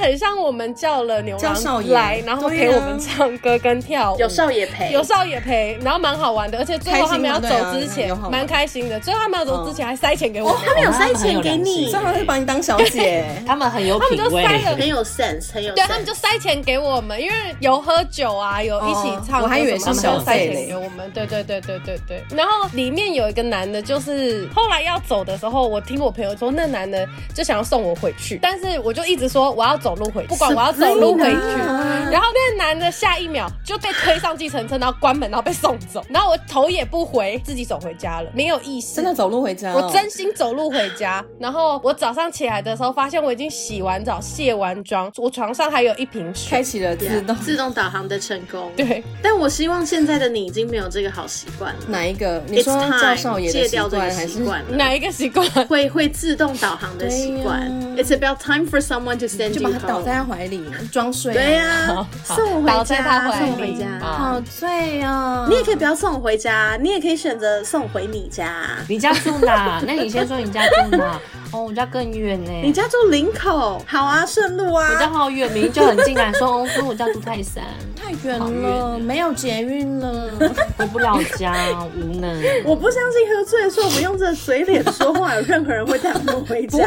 S1: 的很像我们叫了牛
S4: 叫少
S1: 郎
S4: 爷
S1: 来，然后陪
S4: 对啊
S1: 我们唱歌跟跳舞。
S2: <laughs> 有少爷陪，
S1: 有少也陪，然后蛮好玩的，而且最后他们要走之
S4: 开心吗对啊有
S1: 前
S4: 好玩
S1: 蛮开心的，最后他们要走之前还塞钱给我们，
S2: 他们有塞钱给你
S4: 这，样会把你当小
S2: <laughs>
S4: 姐欸
S5: 他们很有
S1: 他们
S5: 品
S1: 就
S5: 味，
S1: 塞了
S2: 很有 sense，很有 sense。
S1: 对他们就塞钱给我们，因为有喝酒啊，有一起唱歌什么，
S4: 哦我还以为是
S1: 他们就
S5: 小
S1: 塞
S4: 费
S1: 钱
S4: 嘞
S1: 给我们。对对对对对对。然后里面有一个男的，就是后来要走的时候，我听我朋友说，那男的就想要送我回去，但是我就一直说我要走路回去，不管我要走路回去。
S4: 啊
S1: 然后那个男的下一秒就被推上计程车，然后关门，然后被送走，然后我头也不回，自己走回家了，没有意识。
S4: 真的走路回家、哦，
S1: 我真心走路回家，然后我早上起来的时候，发现我已经洗完澡、卸完妆，我床上还有一瓶水。
S4: 开启了自
S2: Yeah，
S4: 动。
S2: 啊自动导航的成功。，
S1: <laughs> 对，
S2: 但我希望现在的你已经没有这个好习惯了。
S4: 哪一个？你说
S2: It's time，
S4: 叫少爷的
S2: 戒
S4: 习
S2: 掉这
S4: 惯
S2: 个
S4: 还
S2: 习
S4: 是？
S2: 惯了，
S1: 哪一个习惯？
S2: 会会自动导航的习惯。
S4: 对啊
S2: It's about time for someone to send
S4: 就
S2: you
S4: 把他倒
S2: home
S4: 在他怀里，装睡、啊
S2: 对呀，
S1: 好
S2: 送我回
S1: 倒在他
S2: 家，
S1: 怀里
S2: 送我回家。啊
S1: 好
S4: 好醉哦。
S2: 你也可以不要送我回家，你也可以选择送回你家。
S5: 你家住哪？那你先说你家住哪？哦，我家更远呢、
S2: 你家住林口，好啊，顺路
S5: 我家
S2: 啊。
S5: 好远，明明就很近啊。说，哦，所以我家住泰山。
S4: 泰远了，没有捷运了。 <laughs>
S5: 回不了家，无能。
S2: 我不相信喝醉的时候我们用这嘴脸说话，有任何人会带我们
S5: <laughs>
S2: 回家。I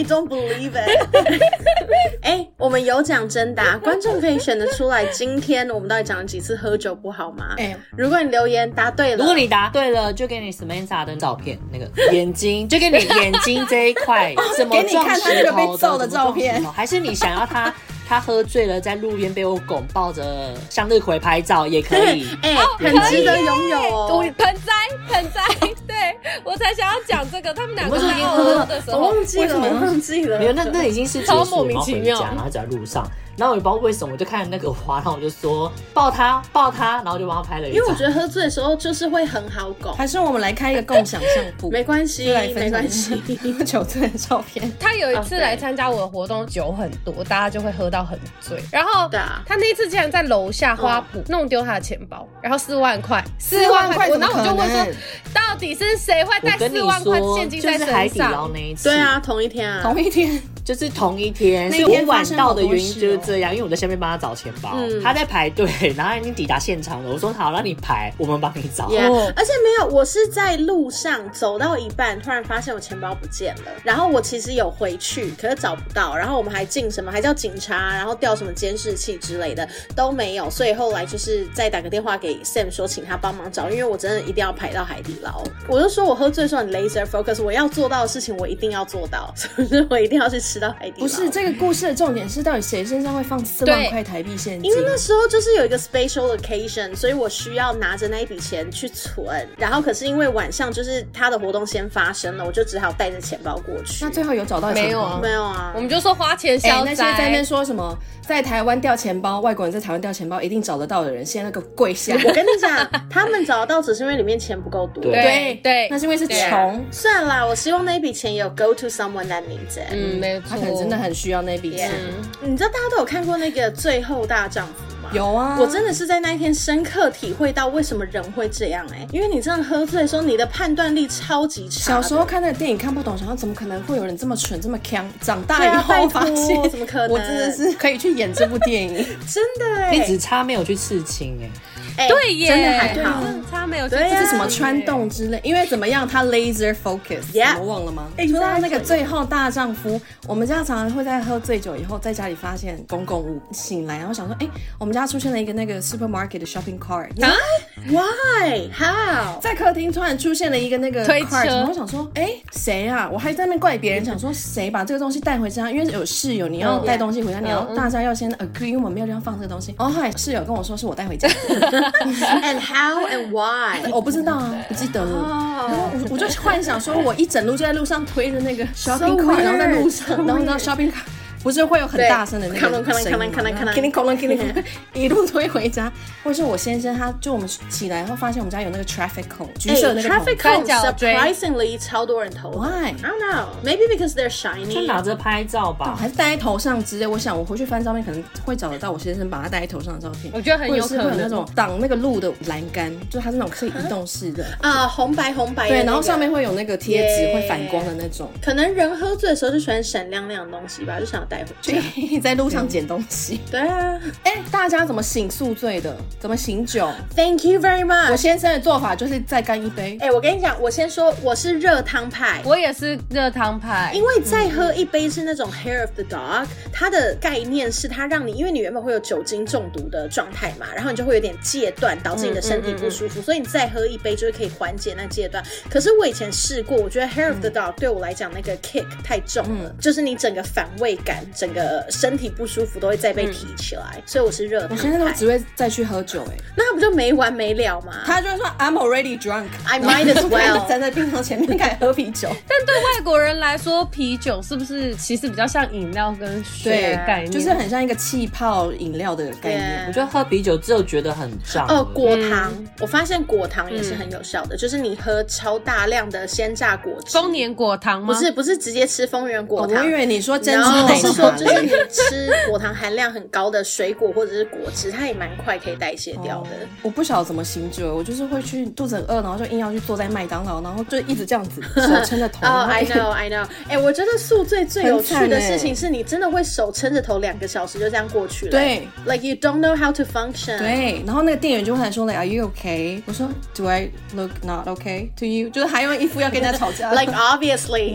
S5: 啊
S2: don't believe it <laughs> 哎、我们有奖征答，啊观众可以选得出来，今天我们到底讲了几次喝酒不好吗？
S4: 哎
S2: 如果你留言答对了，
S5: 如果你答对了，就给你 Samantha 的照片，那个眼睛，就给你眼睛这一块怎么
S4: 给你
S5: 撞
S4: 看他那
S5: 石
S4: 个被
S5: 头
S4: 揍的
S5: 怎么撞
S4: 照片
S5: 石头还是你想要他 <laughs> 他喝醉了在路边被我拱抱着向日葵拍照也可哦以。
S2: 哎、很值得拥有
S1: 我
S2: 哦。
S1: 盆栽，盆栽，对我才想要讲这个。他们两个
S5: 我们是
S1: 在欧洲的时
S2: 我
S1: 候，
S2: 忘记了，我忘记了
S5: 没有，。那那已经是结
S1: 超
S5: 束，
S1: 莫名
S5: 然后
S1: 其
S5: 回
S1: 妙
S5: 家，然后走在路上，然后我也不知道为什么，我就看那个花，然后我就说抱他，抱他，然后就帮他拍了一
S2: 因为我
S5: 张
S2: 觉。得喝醉的时候就是会很好搞，
S4: 还是我们来开一个共享相簿，
S2: 没关系
S4: 就来，分
S2: 没
S4: 享
S2: 关
S4: 一下
S2: 系。
S5: <laughs>
S4: 酒醉的照片。
S1: 他有一次
S2: 哦对
S1: 来参加我的活动，酒很多，大家就会喝到很醉。然后
S2: 对啊
S1: 他那一次竟然在楼下花圃弄丢他的钱包，然后四万块，四我
S4: 怎么
S1: 然后我就问
S4: 可能
S1: 说，到底是谁会带
S5: 我跟你
S1: 四万块
S5: 说，
S1: 现金
S5: 就
S1: 在
S5: 是海
S1: 身
S5: 底捞
S1: 上？
S5: 那一次，
S2: 对，啊，同一天啊，
S4: 同一天，
S5: 就是同一天，
S4: 那
S5: 所以
S4: 一
S5: 我
S4: 天
S5: 晚到的
S4: 发生好
S5: 原
S4: 多
S5: 因
S4: 事哦
S5: 就是这样，因为我在下面帮他找钱包，
S2: 嗯
S5: 他在排队，然后他已经抵达现场了。我说好，让你排，我们帮你
S4: <laughs>
S5: 找。
S2: Yeah，、
S1: 哦
S2: 而且没有，我是在路上走到一半，突然发现我钱包不见了。然后我其实有回去，可是找不到。然后我们还进什么，还叫警察，然后调什么监视器之类的都没有。所以后来就是再打个电话给 Sam 说，请他帮忙找，因为我真的一定要排到海底捞。我就说我喝醉的时候很 laser focus，我要做到的事情我一定要做到，所以我一定要去吃到海底捞。
S4: 不是这个故事的重点是到底谁身上会放四万
S1: 对
S4: 块台币现金？
S2: 因为那时候就是有一个 special occasion，所以我需要拿着那一笔钱去存。然后可是因为晚上就是他的活动先发生了，我就只好带着钱包过去
S4: 那。最后有 <laughs> 找到钱
S1: 没
S4: 包
S1: 有啊
S2: 没有啊
S1: 我，们就说花钱
S4: 哎、
S1: 消
S4: 那些
S1: 灾，
S4: 在那边说什么在台湾掉钱包，外国人在台湾掉钱包一定找得到的人，现在那个跪下。
S2: 我跟你讲，他们找得到只是因为里面钱不够多。
S5: 对
S1: 对对
S4: 那是因为是
S1: 对啊
S4: 穷，
S2: 算了，我希望那一笔钱也有 go to someone that needs it。
S1: 嗯，没错，
S4: 他可能真的很需要那笔钱。
S2: 你知道大家都有看过那个《最后大丈夫》吗？
S4: 有啊，
S2: 我真的是在那一天深刻体会到为什么人会这样哎、因为你真的喝醉的时候，你的判断力超级差
S4: 小
S2: 的。
S4: 时候看那个电影看不懂，想说怎么可能会有人这么蠢这么强？长大
S2: 对啊
S4: 以后发
S2: 拜托
S4: 现，
S2: 怎么可能
S4: 我真的是可以去演这部电影。
S2: 真的哎、
S5: 你只差没有去刺青哎、
S2: 哎
S1: 对耶，
S2: 真的还好。
S1: 真的差没有，
S2: 对啊
S1: 这
S4: 哎这是什么穿洞之类？因为怎么样，他 laser focus，你哎
S2: Yeah
S4: 们忘了吗？
S2: Exactly
S4: 说到那个最后大丈夫，我们家常常会在喝醉酒以后，在家里发现公共物醒来，然后想说，哎，我们家出现了一个那个 supermarket 的 shopping cart，然后 Mm.
S2: Why? How?
S4: 在客厅突然出现了一个那个
S1: 推
S4: cart，
S1: 车
S4: 然后我想说，哎，谁啊？我还在那边怪别人，想说谁把这个东西带回家，因为有室友，你要带东西回家，你要大家要先 agree，因为我们没有地方放这个东嗯西。哦，后来室友跟我说是我带回家，
S2: And how and why?
S4: <laughs>
S2: Oh.
S4: 我不知道啊，不记得了。我我就幻想说，我一整路就在路上推着那 <laughs> 个 shopping cart，
S2: weird,
S4: 然后在路上
S2: so，
S4: 然后你知道 shopping cart 不是会有很大声的那
S2: 对
S4: 个
S2: 咔啷
S4: 声音吗，
S2: 咔啷咔啷咔啷
S4: 叮铃哐啷叮铃哐啷，一路推回家。或者是我先生他，就我们起来后发现我们家有那个 traffic 哎 cone，橘色的那个
S2: traffic
S1: 三
S4: 孔。
S2: cone
S1: 角锥
S2: surprisingly 超多人投的。
S4: Why? 啊
S2: I don't know. Maybe because they're
S5: 就拿
S2: shiny.
S5: 着拍照吧。
S4: 还是戴在头上之类，我想我回去翻照片，可能会找得到我先生把他戴在头上的照片。
S1: 我觉得很有
S4: 或者是会
S1: 可能
S4: 那种挡那个路的栏杆，就它是那种可以移动式的，
S2: 啊，红白红白的那
S4: 对，
S2: 个。
S4: 然后上面会哎有那个贴纸
S2: Yeah
S4: 会反光的那 <laughs> 种，
S2: 可能人喝醉的时候就喜欢闪亮亮的东西吧，就想要带回
S4: 所
S2: 家。
S4: 以在路上捡东西。
S2: 对啊。
S4: 哎、大家怎么醒宿醉的？怎么醒酒？
S2: Thank you very
S4: 我
S2: much.
S4: 先生的做法就是再干一杯。
S2: 哎，我跟你讲，我先说我是热汤派。
S1: 我也是热汤派
S2: 因，为再喝一杯是那种 hair of the dog，它的概念是它让你，因为你原本会有酒精中毒的状态嘛，然后你就会有点戒断，导致你的身体不
S4: 嗯
S2: 舒服，所以你再喝一杯就是可以缓解那戒断。可是我以前试过，我觉得 hair of the dog 对我来讲那个 kick 太重了，
S4: 嗯
S2: 就是你整个反胃感、整个身体不舒服都会再被提起来，所以我是热
S4: 嗯我
S2: 汤
S4: 先生都
S2: 派。
S4: 只会再去喝酒、哎，
S2: 那不就没完没了吗？
S4: 他就会说 I'm already drunk。
S2: I might
S4: <laughs>
S2: as
S4: 然后
S2: well
S4: 就站在冰箱前面开始喝啤 <laughs> 酒，
S1: 但对外国人来说，啤酒是不是其实比较像饮料跟水的概念？
S4: 啊就是很像一个气泡饮料的概念。
S5: 我觉得喝啤酒之后觉得很胀
S2: 哦，果糖，我发现果糖也是很有效的，就是你喝超大量的鲜榨果汁，
S1: 丰年果糖吗？
S2: 不是不是直接吃丰源
S4: 哦
S2: 果
S4: 我
S2: 糖。
S4: 以为你说珍
S2: 然
S4: 珠
S2: 后
S4: 奶
S2: 是说，
S4: 茶，
S2: 就是你吃果糖含量很高的水果或者是果汁，它也蛮快可以代谢掉的。的。
S4: 我不晓得怎么醒酒，我就是会去肚子很饿，然后就硬要去坐在麦当劳，然后就一直这样 <laughs> 子，手撑着头。
S2: 哦、
S4: 然后
S2: i
S4: 一直
S2: know, I know。哎，我觉得宿醉最有趣
S4: 很
S2: 的
S4: 惨欸
S2: 事情是你真的会手撑着头两个小时就这样过去了。
S4: 对
S2: ，like you don't know how to function。，
S4: 对，然后那个店员就会来说 l Are you okay？我说 Do I look not okay to you？就是还用一副要跟人家吵
S5: <laughs>
S4: 架
S2: ，like obviously。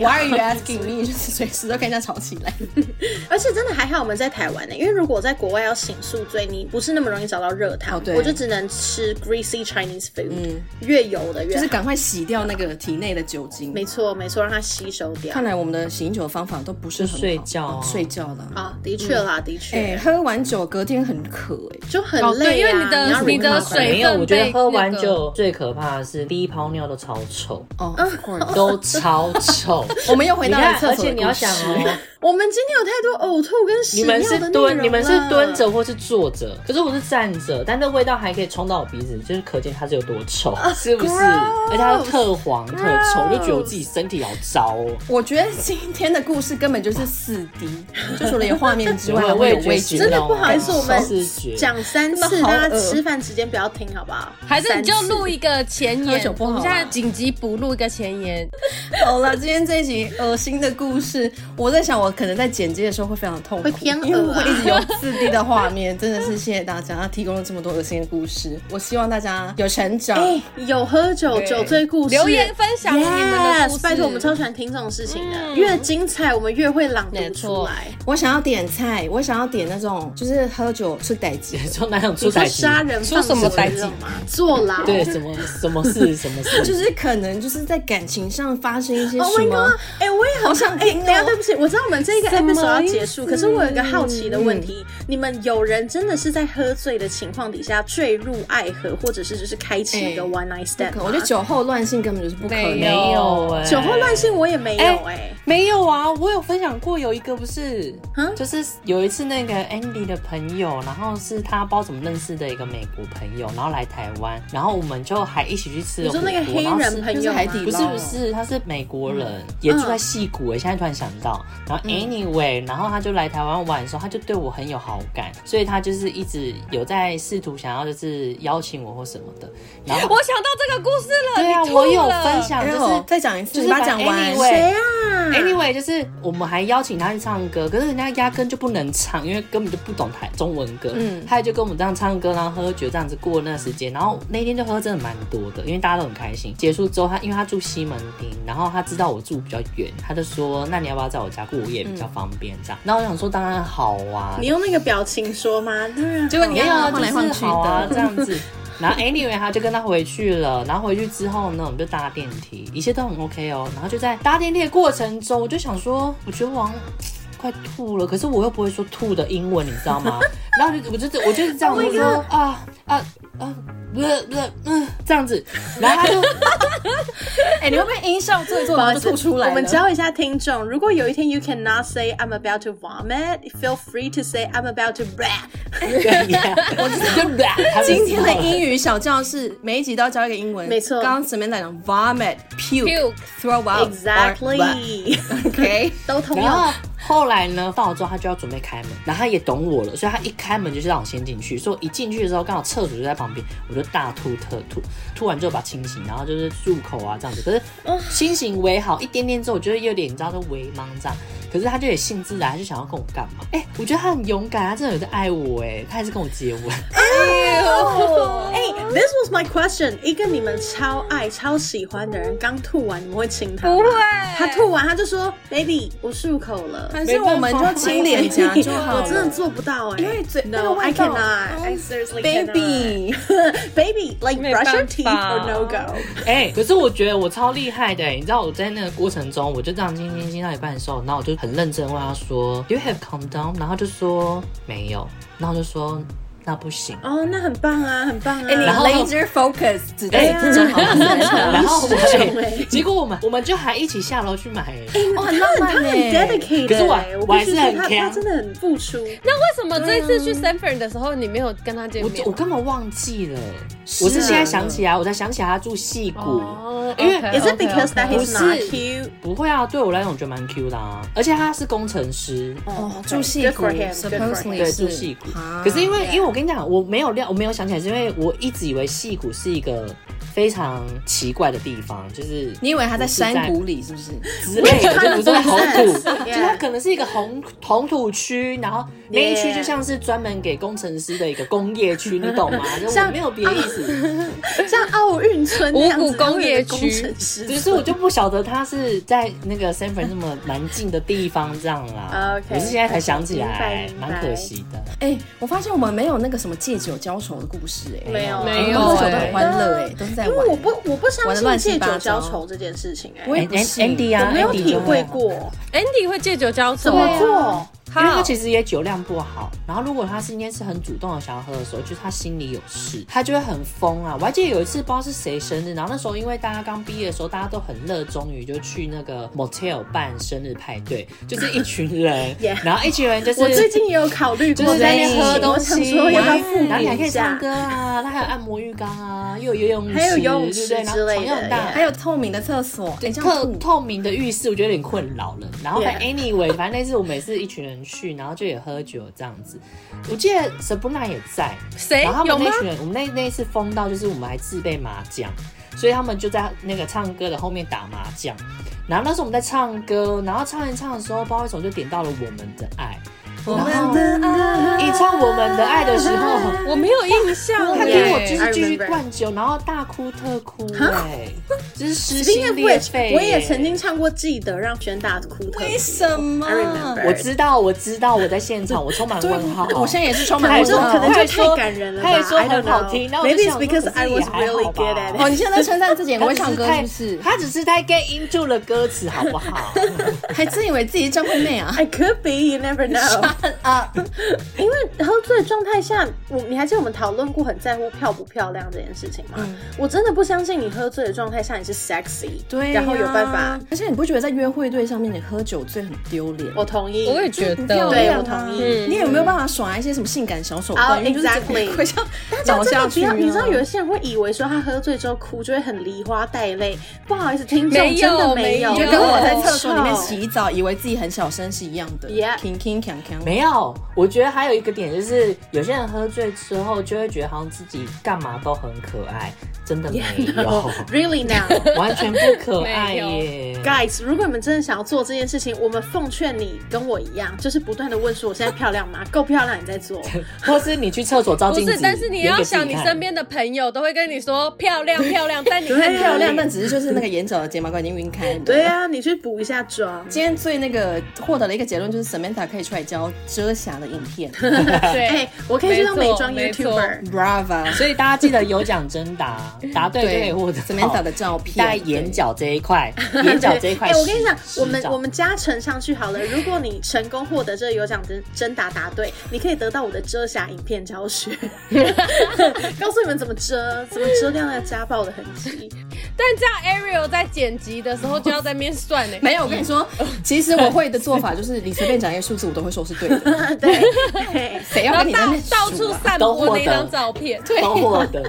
S4: <laughs> Why are you asking me？就是随时都跟人家吵起来。
S2: 而且真的还好我们在台湾呢、欸因为如果在国外要醒宿醉，你不是那么容易找到热汤，
S4: 哦对
S2: 我就只能吃 greasy Chinese food，、越油的越
S4: 就
S2: 好。
S4: 是赶快洗掉那个体内的酒精。
S2: 没错，没错，让它吸收掉。
S4: 看来我们的醒酒方法都不是很好，
S5: 就睡觉
S4: 哦
S5: 啊
S4: 睡觉啦。
S2: 啊、的确啦，的确、
S4: 哎、喝完酒隔天很渴哎、
S2: 就很
S1: 哦对
S2: 累、啊
S1: 因为你的
S2: 要
S1: 你的
S2: recover
S1: 水
S5: 没有，
S1: 分
S5: 我觉得
S1: 被
S5: 喝完
S1: 那个
S5: 酒最可怕的是第一泡尿都超臭，
S4: 哦、o f course，
S5: 都
S4: <laughs>
S5: 超臭。
S4: 我们又回
S5: 你
S4: 到
S5: 看
S4: 了，厕
S5: 而
S4: 所
S5: 且
S4: 的
S5: <laughs> 你要
S4: 故事
S5: 想
S4: <laughs>
S5: 哦，
S2: 我们今天有太多呕吐跟屎
S5: 你
S2: 尿的
S5: 们
S2: 内容啊
S5: 是
S2: 了
S5: 蹲，你们是蹲着或是坐着，可是我是站着，但那味道还可以冲到我鼻子，就是可见它是有多臭，是不是？而且它是特黄特臭，我就觉得我自己身体好糟哦。
S4: 我觉得今天的故事根本就是四 D，就除了有画面之外，还
S5: <laughs> 我
S4: 会
S5: 也
S4: 有
S5: 觉得
S4: 味
S5: 是
S4: 觉。
S2: 真的不好意思，
S5: 那
S2: 我
S5: 种
S2: 们
S5: 视觉
S2: 讲三次，
S4: 真的好
S2: 大家
S4: 恶
S2: 吃饭时间不要听，好不好？
S1: 还是你就
S2: 三次
S1: 录一个前
S4: 喝
S1: 言，
S4: 酒不
S1: 我
S4: 好
S1: 们
S4: 啊
S1: 现在紧急补录一个前言。
S4: <laughs> 好了，今天这一集恶心的故事，我在想我可能在剪接的时候会非常痛苦，
S2: 会偏恶啊
S4: 因为会一直有四 D 的画面。真的是谢谢大家提供了这么多恶心的故事，我希望大家有成长。
S2: 哎、有喝酒
S4: 对
S2: 酒醉故事，
S1: 留言分享你们的故
S2: Yes，
S1: 事，
S2: 拜托我们超喜欢听这种事情的，越精彩我们越会朗
S1: 没
S2: 读出
S1: 错
S2: 来。
S4: 我想要点菜，我想要点那种就是喝酒出歹
S5: <laughs>
S4: 机，
S5: 就那种
S2: 你
S5: 出
S2: 说
S5: 彩机
S2: 杀人
S1: 出什么
S2: 放
S1: 代
S2: 火
S1: 际
S2: 这种吗？坐牢。
S5: 对，什么什么 <laughs> 事什么事，
S4: 就是可能就是在感情上发生一些
S2: Oh
S4: 什
S2: my
S4: 么。
S2: god！哎、我也
S4: 好
S2: 很
S4: 想
S2: 哎、
S4: 听哦
S2: 等一下对不起，我知道我们这个
S4: 什么
S2: episode 要结
S4: 意
S2: 束，
S4: 思
S2: 可是我有一个好奇的问题：你们有人真的是在喝醉的情况底下坠入爱河，或者是就是开启一个
S4: 哎
S2: one night
S4: 不
S2: stand？
S4: 可
S2: 吗
S4: 能我觉得酒后乱性根本就是不可能。
S1: 没
S5: 没有哎、
S2: 酒后乱性我也没有哎、
S5: 没有啊，我有分享过有一个不是
S2: 嗯，
S5: 就是有一次那个 Andy 的朋友，然后是他不知道怎么认识的一个美国朋友，然后来台湾，然后我们就还一起去吃
S2: 你
S5: 哎了火
S2: 说
S5: 锅。
S2: 那个黑
S5: 然后
S2: 人
S5: 是
S2: 朋
S4: 就是
S2: 友吗啊
S4: 海底
S5: 不是
S4: 捞
S5: 不是，他是美国人，嗯也住在戏谷。哎，现在突然想到，然后 anyway，然后他就来台湾玩的时候，他就对我很有好感，所以他就是一直有在试图想要就是邀请我或什么的。然后
S1: 我想到这个故事了，
S5: 哦对啊，
S1: 你吐了
S5: 我有分享，
S4: 哎
S5: 就
S4: 呦
S5: 是
S4: 再讲一次，
S5: 就是
S4: 你把它讲完。
S5: anyway
S2: 谁啊？
S5: Anyway，就是我们还邀请他去唱歌，可是人家压根就不能唱，因为根本就不懂台中文歌。嗯，他也就跟我们这样唱歌，然后喝酒这样子过那时间，然后那天就喝真的蛮多的，因为大家都很开心。结束之后他，因为他住西门町，然后他知道我住比较远，他就说：“那你要不要在我家过夜比较方便？”这样，然后我想说当然好啊，
S2: 你用那个表情说吗？嗯，
S4: 结果你
S5: 没有
S4: 要
S5: 啊，
S4: 换
S5: 就
S4: 来换
S5: 是
S4: 去
S5: 好啊这
S4: 的，
S5: 样子。 <laughs> 然后 anyway，他就跟他回去了。然后回去之后呢，我们就搭电梯，一切都很 OK 哦。然后就在搭电梯的过程中，我就想说，我觉得王快吐了，可是我又不会说吐的英文，你知
S4: <laughs>
S5: 道吗？然后就我就我就是这样，我就
S4: Oh
S5: 说啊啊啊，不是不是，嗯，这样子。然后
S4: <laughs>
S5: 他就
S4: <laughs> 哎，你会 <laughs> 不会音效做一做
S2: 不好
S4: 然
S2: 意
S4: 后
S2: 思
S4: 就吐出来了？
S2: 我们教一下听众，如果有一天 you cannot say I'm about to vomit, feel free to say I'm about to brat。
S5: 对呀，我就 <laughs> 就软。他就
S4: 今天的
S5: 知道了
S4: 英语小教室，每一集都要教一个英文。
S2: 没错
S4: 刚刚 Samantha 讲 vomit、puke
S1: Puke、
S4: throw out、or-
S2: Exactly，
S4: OK，
S2: <laughs> 都通
S5: 然
S2: 用。
S5: 后后来呢，放了之后他就要准备开门，然后他也懂我了，所以他一开门就是让我先进去。所以我一进去的时候，刚好厕所就在旁边，我就大吐特吐，吐完之后把它清醒，然后就是漱口啊这样子。可是清醒为好一点点之后，我觉得有点你知道，就微茫这样。可是他就也兴致啊来，他就想要跟我干嘛？哎、我觉得他很勇敢，他真的有在爱我哎、他还是跟我接吻。
S2: 哦，哎，This was my question。一个你们超爱、超喜欢的人，刚吐完，你们会亲他吗？
S1: 不会
S2: 他吐完，他就说：“Baby，我漱口了。
S4: 还是我们就亲脸颊就好了。
S2: 我真的做不到哎、
S4: 因为嘴那个
S2: No, I
S4: 味道 Oh，
S2: cannot. I seriously
S4: <laughs>
S2: cannot. <laughs>
S4: baby，
S2: Baby, like
S1: 没办
S2: brush
S1: 法
S2: your teeth or no go.
S5: 哎、可是我觉得我超厉害的、欸你知道我在那个过程中，我就这样亲亲亲到一半的时候，然后我就很认真地问他说，Do you have condom？然后他就说没有，然后我就说那不行。
S2: 哦，那很棒啊，很棒啊。
S4: 哎，你
S5: 然后
S4: laser focus 指
S5: 哎、
S4: 在自己
S5: 真好，然后我
S2: 哎
S5: 哎结果我们我们就还一起下楼去买、欸
S4: 哦，很浪漫
S2: <laughs> 他很
S4: 欸
S2: dedicated，
S5: 可是我
S2: 哎我
S5: 我
S2: 必
S5: 还
S2: 须
S5: 是
S2: 说
S5: 很
S2: 他
S5: 强
S2: 他真的很付出。
S1: 那为什么这次去 Sanford 的时候你没有跟他见
S5: 我
S1: 面
S5: 我？根本忘记了，欸我是啊现在想起来，我才想起来他住戏谷。
S1: 哦
S5: 因为
S1: OK，
S2: Is it
S1: OK，
S2: because that
S1: OK
S2: he's
S5: 不
S2: not
S5: 是
S2: cute?
S5: 不会啊，对我来讲我觉得蛮 Q 的啊，而且他是工程师，
S4: 哦，
S2: okay.
S4: 住戏
S2: Good
S4: 谷
S2: for him, good for him.
S4: ，supposedly 是
S5: 对，住戏谷
S4: 啊。
S5: 可是因为因为我我跟你讲，我没有料，我没有想起来，是因为我一直以为戏谷是一个非常奇怪的地方，就是
S4: 你以为他在
S5: 不是
S4: 山谷里是不是？
S2: 嗯
S5: 之类的，就是真的红土，就
S2: Yeah
S5: 是它可能是一个红红土区，然后那一区
S2: Yeah
S5: 就像是专门给工程师的一个工业区，你懂吗？就我
S2: 像啊
S5: 没有别的意思，
S2: 像奥运村那样子
S1: 五谷工业
S2: 他
S1: 区
S2: 们的工程师
S5: 只是我就不晓得它是在那个 San Fran 这么蛮近的地方这样啦。
S2: OK
S5: 我是现在才想起
S2: 明白
S5: 来，
S2: 明白
S5: 蛮可惜的。
S4: 哎、我发现我们没有那个什么借酒浇愁的故事、哎，
S2: 没有
S1: 没有
S4: 我们喝酒
S1: 哎
S4: 都很欢乐，哎、都是在
S2: 因为
S4: 玩。
S2: 我不我不相
S4: 玩得
S2: 信
S4: 乱七
S2: 借
S4: 八糟
S2: 酒浇愁这件事情哎、
S4: 我也
S5: 哎
S4: 不信
S5: Andy 啊，
S2: 我没有
S5: Andy
S2: 体
S5: 就
S2: 会
S5: 会
S2: 过，
S1: Andy 会借酒浇愁
S2: 怎么
S6: 啊
S2: 做？
S5: 因为他
S1: 好，
S5: 其实也酒量不好，然后如果他今天是很主动的想要喝的时候，就是他心里有事，他就会很疯啊。我还记得有一次不知道是谁生日，然后那时候因为大家刚毕业的时候，大家都很热衷于就去那个 motel 办生日派对，就是一群人
S2: <laughs> Yeah
S5: 然后一群人就是
S2: 我最近也有考虑
S5: 就
S2: 过
S5: 是
S2: 这
S5: 在那
S2: 件
S5: 边
S2: 事
S5: 喝
S2: 情，
S5: 东
S2: 我想
S5: 西，
S2: 说要不要
S5: 然后然后你还可
S2: 复古一
S5: 以唱
S2: 下
S5: 歌。啊，它还有按摩浴缸啊，又有游泳池，
S2: 还有游泳池
S5: 对不对然后
S2: 之类
S5: 床又很
S2: 的
S5: 大
S2: 耶
S4: 还有透明的厕所，哎、这样
S5: 透
S4: 吐
S5: 透明的浴室，我觉得有点困扰了。然后
S2: Yeah
S5: 反正 anyway，反正那次我每次一群人去，然后就也喝酒这样子。我记得 Sabrina 也在，
S2: 哎
S1: 谁
S5: 然后他
S1: 有
S5: 们
S1: 吗
S5: 那？群人，我们那那一次疯到就是我们还自备麻将，所以他们就在那个唱歌的后面打麻将。然后那时候我们在唱歌，然后唱一唱的时候，不知道为什么就点到了我们的
S2: <laughs>
S5: 爱。
S4: 我们
S5: 然后
S4: 的爱
S5: 一唱我们的爱的时候，
S2: <laughs>
S1: 我没有印象
S5: 他
S1: 耶，
S5: 给我就是继
S2: I
S5: 续
S2: remember
S5: 灌酒，然后大哭特哭、哎，就是撕
S2: Speaking
S5: 心
S2: of
S5: 裂肺
S2: which，
S5: 耶。
S2: 我也曾经唱过《记得》，让轩大哭特哭。
S4: 为什么
S2: I？remember，
S5: 我知道，我知道，我在现场，我充满问号。
S4: 我现在也是充满
S5: 他也
S4: 问
S2: 就
S5: 说
S2: 可
S4: 号
S2: 能。
S5: 他也
S2: 就
S5: 说
S2: 太感人了吧
S5: 他也说
S2: I don't
S5: 很好
S2: know
S5: 听，然后我就
S2: Maybe
S5: 想
S2: it's because
S5: 说
S2: I
S5: 可是
S2: was
S5: 也还
S2: really
S5: 好吧
S2: good at it
S4: 哦，你现在在称赞自己很
S5: 他
S4: 会
S5: 只是
S4: 唱歌是
S5: 太
S4: 不是？
S5: 他只是太 get into 了歌词，好
S4: <laughs>
S5: 不好？
S4: 还自以为自己是张惠妹啊？
S2: I could be, you never know。
S4: 啊，
S2: <laughs> 因为喝醉状态下，我你还记得我们讨论过很在乎漂不漂亮这件事情吗？
S4: 嗯
S2: 我真的不相信你喝醉的状态下你是 sexy，
S4: <laughs> 对呀
S2: 然后有办法。
S4: 而且你不觉得在约会队上面你喝酒醉很丢脸？
S2: 我同意，
S1: 我也觉
S4: 不
S1: 得
S4: 漂
S2: 对
S4: 亮
S2: 我
S4: 啊
S2: 同意
S4: 你有没有办法耍一些什么性感小手段？
S2: 哦
S4: 因为就是整个
S2: exactly
S4: 会 <laughs> 像
S2: 大
S4: 倒下
S2: 家真的不
S4: 去啊。
S2: 要，你知道有一些人会以为说他喝醉之后哭就会很梨花带泪，不好意思，听
S1: 没有
S2: 众真的没有，
S1: 没
S4: 就
S1: 有
S4: 跟我在厕所里面洗澡，以为自己很小声是一样的。
S2: Yeah
S4: 铿铿锵锵。
S5: 没有，我觉得还有一个点就是，有些人喝醉之后就会觉得好像自己干嘛都很可爱，真
S2: <laughs>
S5: 的没有，
S2: ，really now。 <laughs>
S5: 完全不可爱耶。
S2: Guys，如果你们真的想要做这件事情，我们奉劝你跟我一样，就是不断的问说我现在漂亮吗？够漂亮你再做。
S5: 或是你去厕所照
S1: 不
S5: 镜子，
S1: 是，但是你
S5: 演
S1: 要
S5: 给自己
S1: 想，你
S5: 看
S1: 身边的朋友都会跟你说漂亮漂亮，但你看
S6: <laughs>
S4: 很漂
S1: 漂亮
S4: 亮，但只是就是那个眼角的睫毛膏已经晕开了。
S2: 对。啊，你去补一下妆。
S4: 今天最那个获得了一个结论，就是 Samantha 可以出来教遮瑕的影
S2: <laughs>
S4: 片
S1: 对，
S2: 哎、我可以去当美妆
S1: 没错没
S2: YouTuber。
S4: ，Brava。
S5: 所以大家记得有奖征答，答对就可以获得
S4: Samantha 的照片，
S5: 在眼角这一块，眼角这一块
S2: 哎、
S5: 是。
S2: 我跟你讲，我们
S5: 是 <laughs>
S2: 我们加乘上去好了。如果你成功获得这个有奖真真答答
S5: <laughs>
S2: 对，你可以得到我的遮瑕影片教学，告诉你们怎么遮，怎么遮掉那个家暴的痕
S5: <laughs>
S2: 迹。
S1: 但这样 Ariel 在剪辑的时候就要在那边算呢、
S4: <laughs> 没有，我跟你说，其实我会的做法就是，你随便讲一个数字，我都会说是对 <laughs> 的。
S2: 对，对
S1: <laughs>
S4: 谁
S1: 然后
S4: 要跟你在
S1: 到
S4: 那边数啊
S1: 到处散播那张照片，对，
S5: 都获得。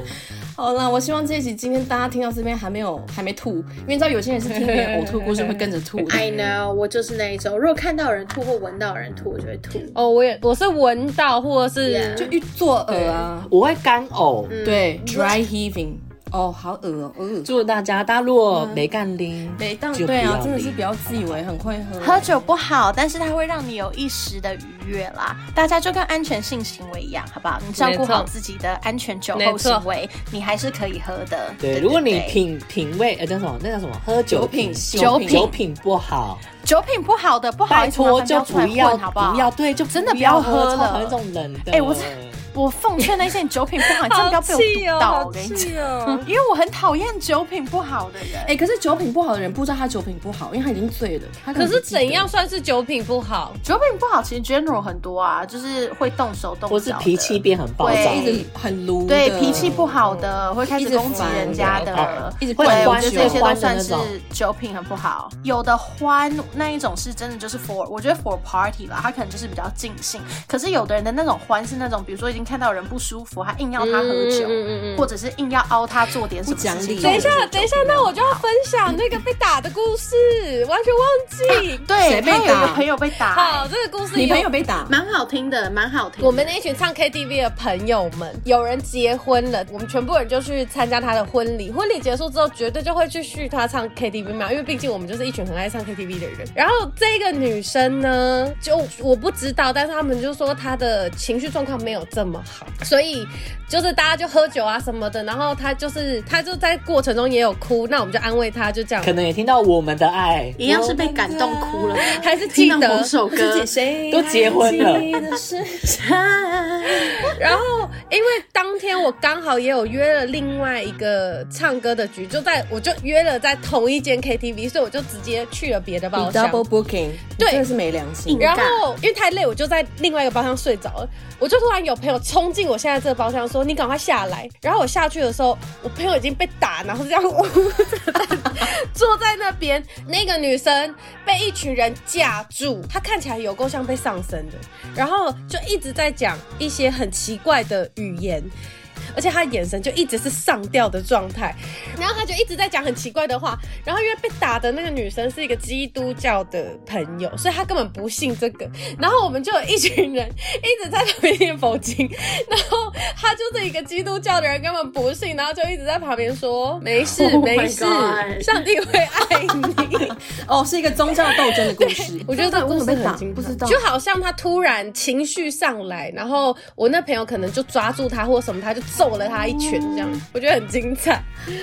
S4: 好了，我希望这一集今天大家听到这边还没有还没吐，因为你知道有些人是听别人呕吐故事会跟着吐的。
S2: ，I know，我就是那一种，如果看到有人吐或闻到有人吐，我就会吐。
S1: 哦，我也我是闻到或者是
S2: Yeah
S4: 就一作呕啊，
S5: 我会干呕。
S4: 对，dry 嗯 heaving，哦，好恶哦，呃
S5: 祝大家，大家如果没干拎，
S4: 没当
S5: 就不
S4: 对啊，
S5: 要
S4: 真的是
S5: 拎
S4: 不要自以为很会喝，
S6: 喝酒不好，但是它会让你有一时的愉悦啦。大家就跟安全性行为一样，好不好？你照顾好
S1: 没错
S6: 自己的安全酒
S1: 没
S6: 后
S1: 错
S6: 行为，你还是可以喝的。
S5: 对，如果你
S6: 对
S5: 品品味呃叫什么，那叫什么，喝酒
S4: 酒品
S5: 性
S4: 酒
S6: 品
S5: 酒品不好，
S6: 酒品不好的，不好
S5: 拜
S6: 意思，麻
S5: 托
S6: 烦
S5: 就
S6: 出来
S5: 要
S6: 混，好不好？
S5: 要，嗯对，就
S6: 真的
S5: 不
S6: 不
S5: 要
S6: 要
S5: 喝
S6: 喝了
S5: 超讨厌这种冷的。
S6: 哎我真我奉劝那些酒品不好，你真的不要被我
S1: 好气哦，
S6: 毒到，
S1: 好
S6: 我跟你讲，
S1: 气哦。
S6: 因为我很讨厌酒品不好的人。
S4: 哎、可是酒品不好的人不知道他酒品不好，因为他已经醉了。他
S1: 可
S4: 能
S1: 是
S4: 不记得
S1: 怎样？算是酒品不好？
S6: 酒品不好，其实 general 很多啊，就是会动手动脚的，
S5: 或是脾气变很暴躁，
S4: 一直很撸的，
S6: 对脾气不好的，会开
S4: 一
S6: 始
S4: 直
S6: 攻击
S4: 烦
S6: 人家
S5: 哦
S6: 的，
S4: 一直
S6: 对，
S4: 灌
S6: 我
S4: 关
S6: 觉得
S4: 酒
S6: 这些
S5: 关
S6: 都
S5: 的
S6: 算
S5: 那
S6: 是
S5: 种
S6: 酒品很不好。有的欢那一种是真的就是 for，我觉得 for party 啦，他可能就是比较尽兴。可是有的人的那种欢是那种，比如说已经经看到有人不舒服，还硬要他喝酒，
S1: 嗯嗯嗯嗯
S6: 或者是硬要凹他做点什么事情
S4: 不讲理
S1: 等一下，等一下，那我就要分享那个被打的故事，完全忘
S4: <laughs>
S1: 记。
S6: 对，
S4: 谁被
S6: 他有一
S4: 打
S6: 个朋友被打、
S1: 好，这个故事
S4: 你
S1: 有
S4: 啊朋友被打，
S2: 蛮好听的，蛮好听的。
S1: 我们那一群唱 KTV 的朋友们，有人结婚了，我们全部人就去参加他的婚礼。婚礼结束之后，绝对就会去续他唱 KTV 嘛，因为毕竟我们就是一群很爱唱 KTV 的人。然后这个女生呢，就我不知道，但是他们就说她的情绪状况没有这么好，所以就是大家就喝酒啊什么的，然后她就是她就在过程中也有哭，那我们就安慰她，就这样
S5: 可。能也听到我们的爱，
S2: 一样是被感动哭了，
S1: 还是记
S2: 听
S1: 得
S2: 到某首歌。
S4: 谁
S5: 都结婚了
S4: 还记得是
S1: 然后因为当天我刚好也有约了另外一个唱歌的局，就在我就约了在同一间 KTV，所以我就直接去了别的包
S4: 你
S1: 厢。
S4: double booking，
S1: 对
S4: 你真的是没良心
S2: 硬。
S1: 然后因为太累，我就在另外一个包厢睡着了。我就突然有朋友冲进我现在这个包厢，说：“你赶快下来。”然后我下去的时候，我朋友已经被打，然后这样 <laughs> 坐在那边。那个女生被一群人架住，她看起来有够像被上身的，然后就一直在讲一些很奇怪的语言。而且她眼神就一直是上吊的状态，然后她就一直在讲很奇怪的话，然后因为被打的那个女生是一个基督教的朋友，所以她根本不信这个。然后我们就有一群人一直在旁边念佛经，然后她就是一个基督教的人，根本不信，然后就一直在旁边说没事
S2: Oh my
S1: 没事，
S2: God
S1: 上帝会爱你。
S4: 哦，是一个宗教斗争的故
S2: <laughs>
S4: 事。
S1: 我觉得这故
S4: 为什
S1: 事
S4: 么被打
S1: 很精彩
S4: 不知道
S1: 就好像他突然情绪上来，然后我那朋友可能就抓住他或什么，他就揍了他一拳，这样我觉得很精彩。
S4: 哦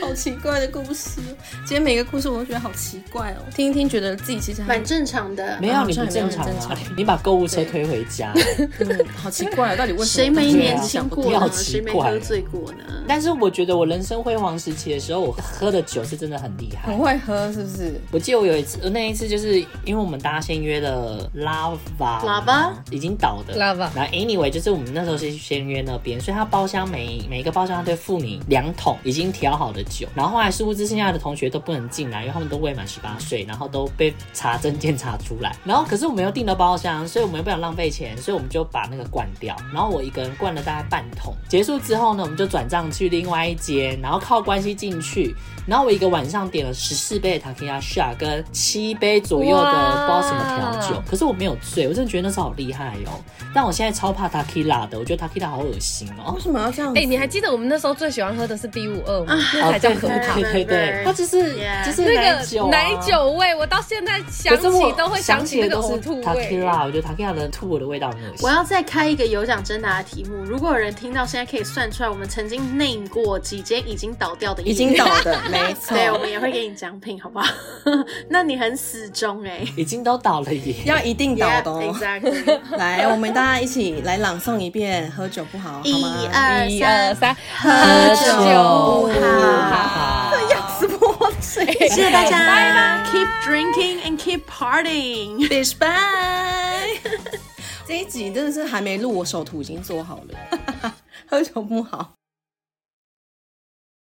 S4: 好奇怪的故事。今天每个故事我都觉得好奇怪哦，听一听觉得自己其实还
S2: 蛮正常的，
S5: 没有你不正
S4: 好像
S5: 常
S4: 也没有很正
S5: 啊
S4: 常！
S5: 你把购物车推回家。
S4: 嗯好奇怪，到底为什么？
S2: 谁没年轻
S4: 我
S2: 过
S4: 真的
S5: 好
S2: 呢？
S5: 奇
S2: 谁没
S5: 怪
S2: 喝醉过呢？
S5: 但是我觉得我人生辉煌时期的时候，我喝的酒是真的很厉
S4: 很
S5: 害。
S4: 会喝，是不是？
S5: 我记得我有一次，那一次就是因为我们大家先约了 Lava
S2: Lava
S5: 已经倒的
S1: Lava
S5: 然后 anyway 就是我们那时候是先约那边，所以他包厢每每一个包厢都会付你两桶已经调好的酒。然后后来殊不知剩下的同学都不能进来，因为他们都未满十八岁，然后都被查证件查出来。然后可是我们又订了包厢，所以我们又不想浪费钱，所以我们就把那个灌掉。然后我一个人灌了大概半桶。结束之后呢，我们就转账去另外一间，然后靠关系进去。然后我一个晚上点了十四杯的 Takia Sha 跟七杯左右的
S1: 哇
S5: 不知道什么调酒，可是我没有醉，我真的觉得那时候好厉害哦。但我现在超怕 Takila 的，我觉得 Takila 好恶心哦
S4: 为。什么要这样子？
S1: 哎、你还记得我们那时候最喜欢喝的是 B 五二吗？
S4: 啊
S1: 那
S5: 哦
S1: 才叫可怕。
S5: 对对对对，它就是就是
S1: 那
S5: 奶酒
S1: 个
S5: 啊
S1: 奶。酒味，我到现在想
S5: 可是我
S1: 起都会
S5: 想
S1: 起
S5: 的
S1: 那个
S5: 都是
S1: 呕吐味。
S5: Takila，我觉得 Takila 的吐的味道很恶心。
S2: 我要再开一个有奖征答的题目，如果有人听到现在可以算出来，我们曾经 name 过几间已经倒掉的夜
S4: 已
S2: 店，
S4: 经倒的，没错。
S2: <laughs> 对，我们也会给你奖品，好不 <laughs> 好？那你很死忠哎、
S5: 已经都倒了耶。
S4: 要一定倒的哦。 <laughs>
S2: Exactly
S4: 来，我们大家一起来朗诵一遍，喝酒不好，好
S2: 一
S4: 吗？
S2: 二
S1: 一二
S2: 三，
S1: 三，
S2: 喝酒
S1: 不
S5: 好，
S2: 谢谢大家，Keep drinking and keep partying。
S4: Fish Bye。这一集真的是还没录，我手图已经做好了。喝酒不好。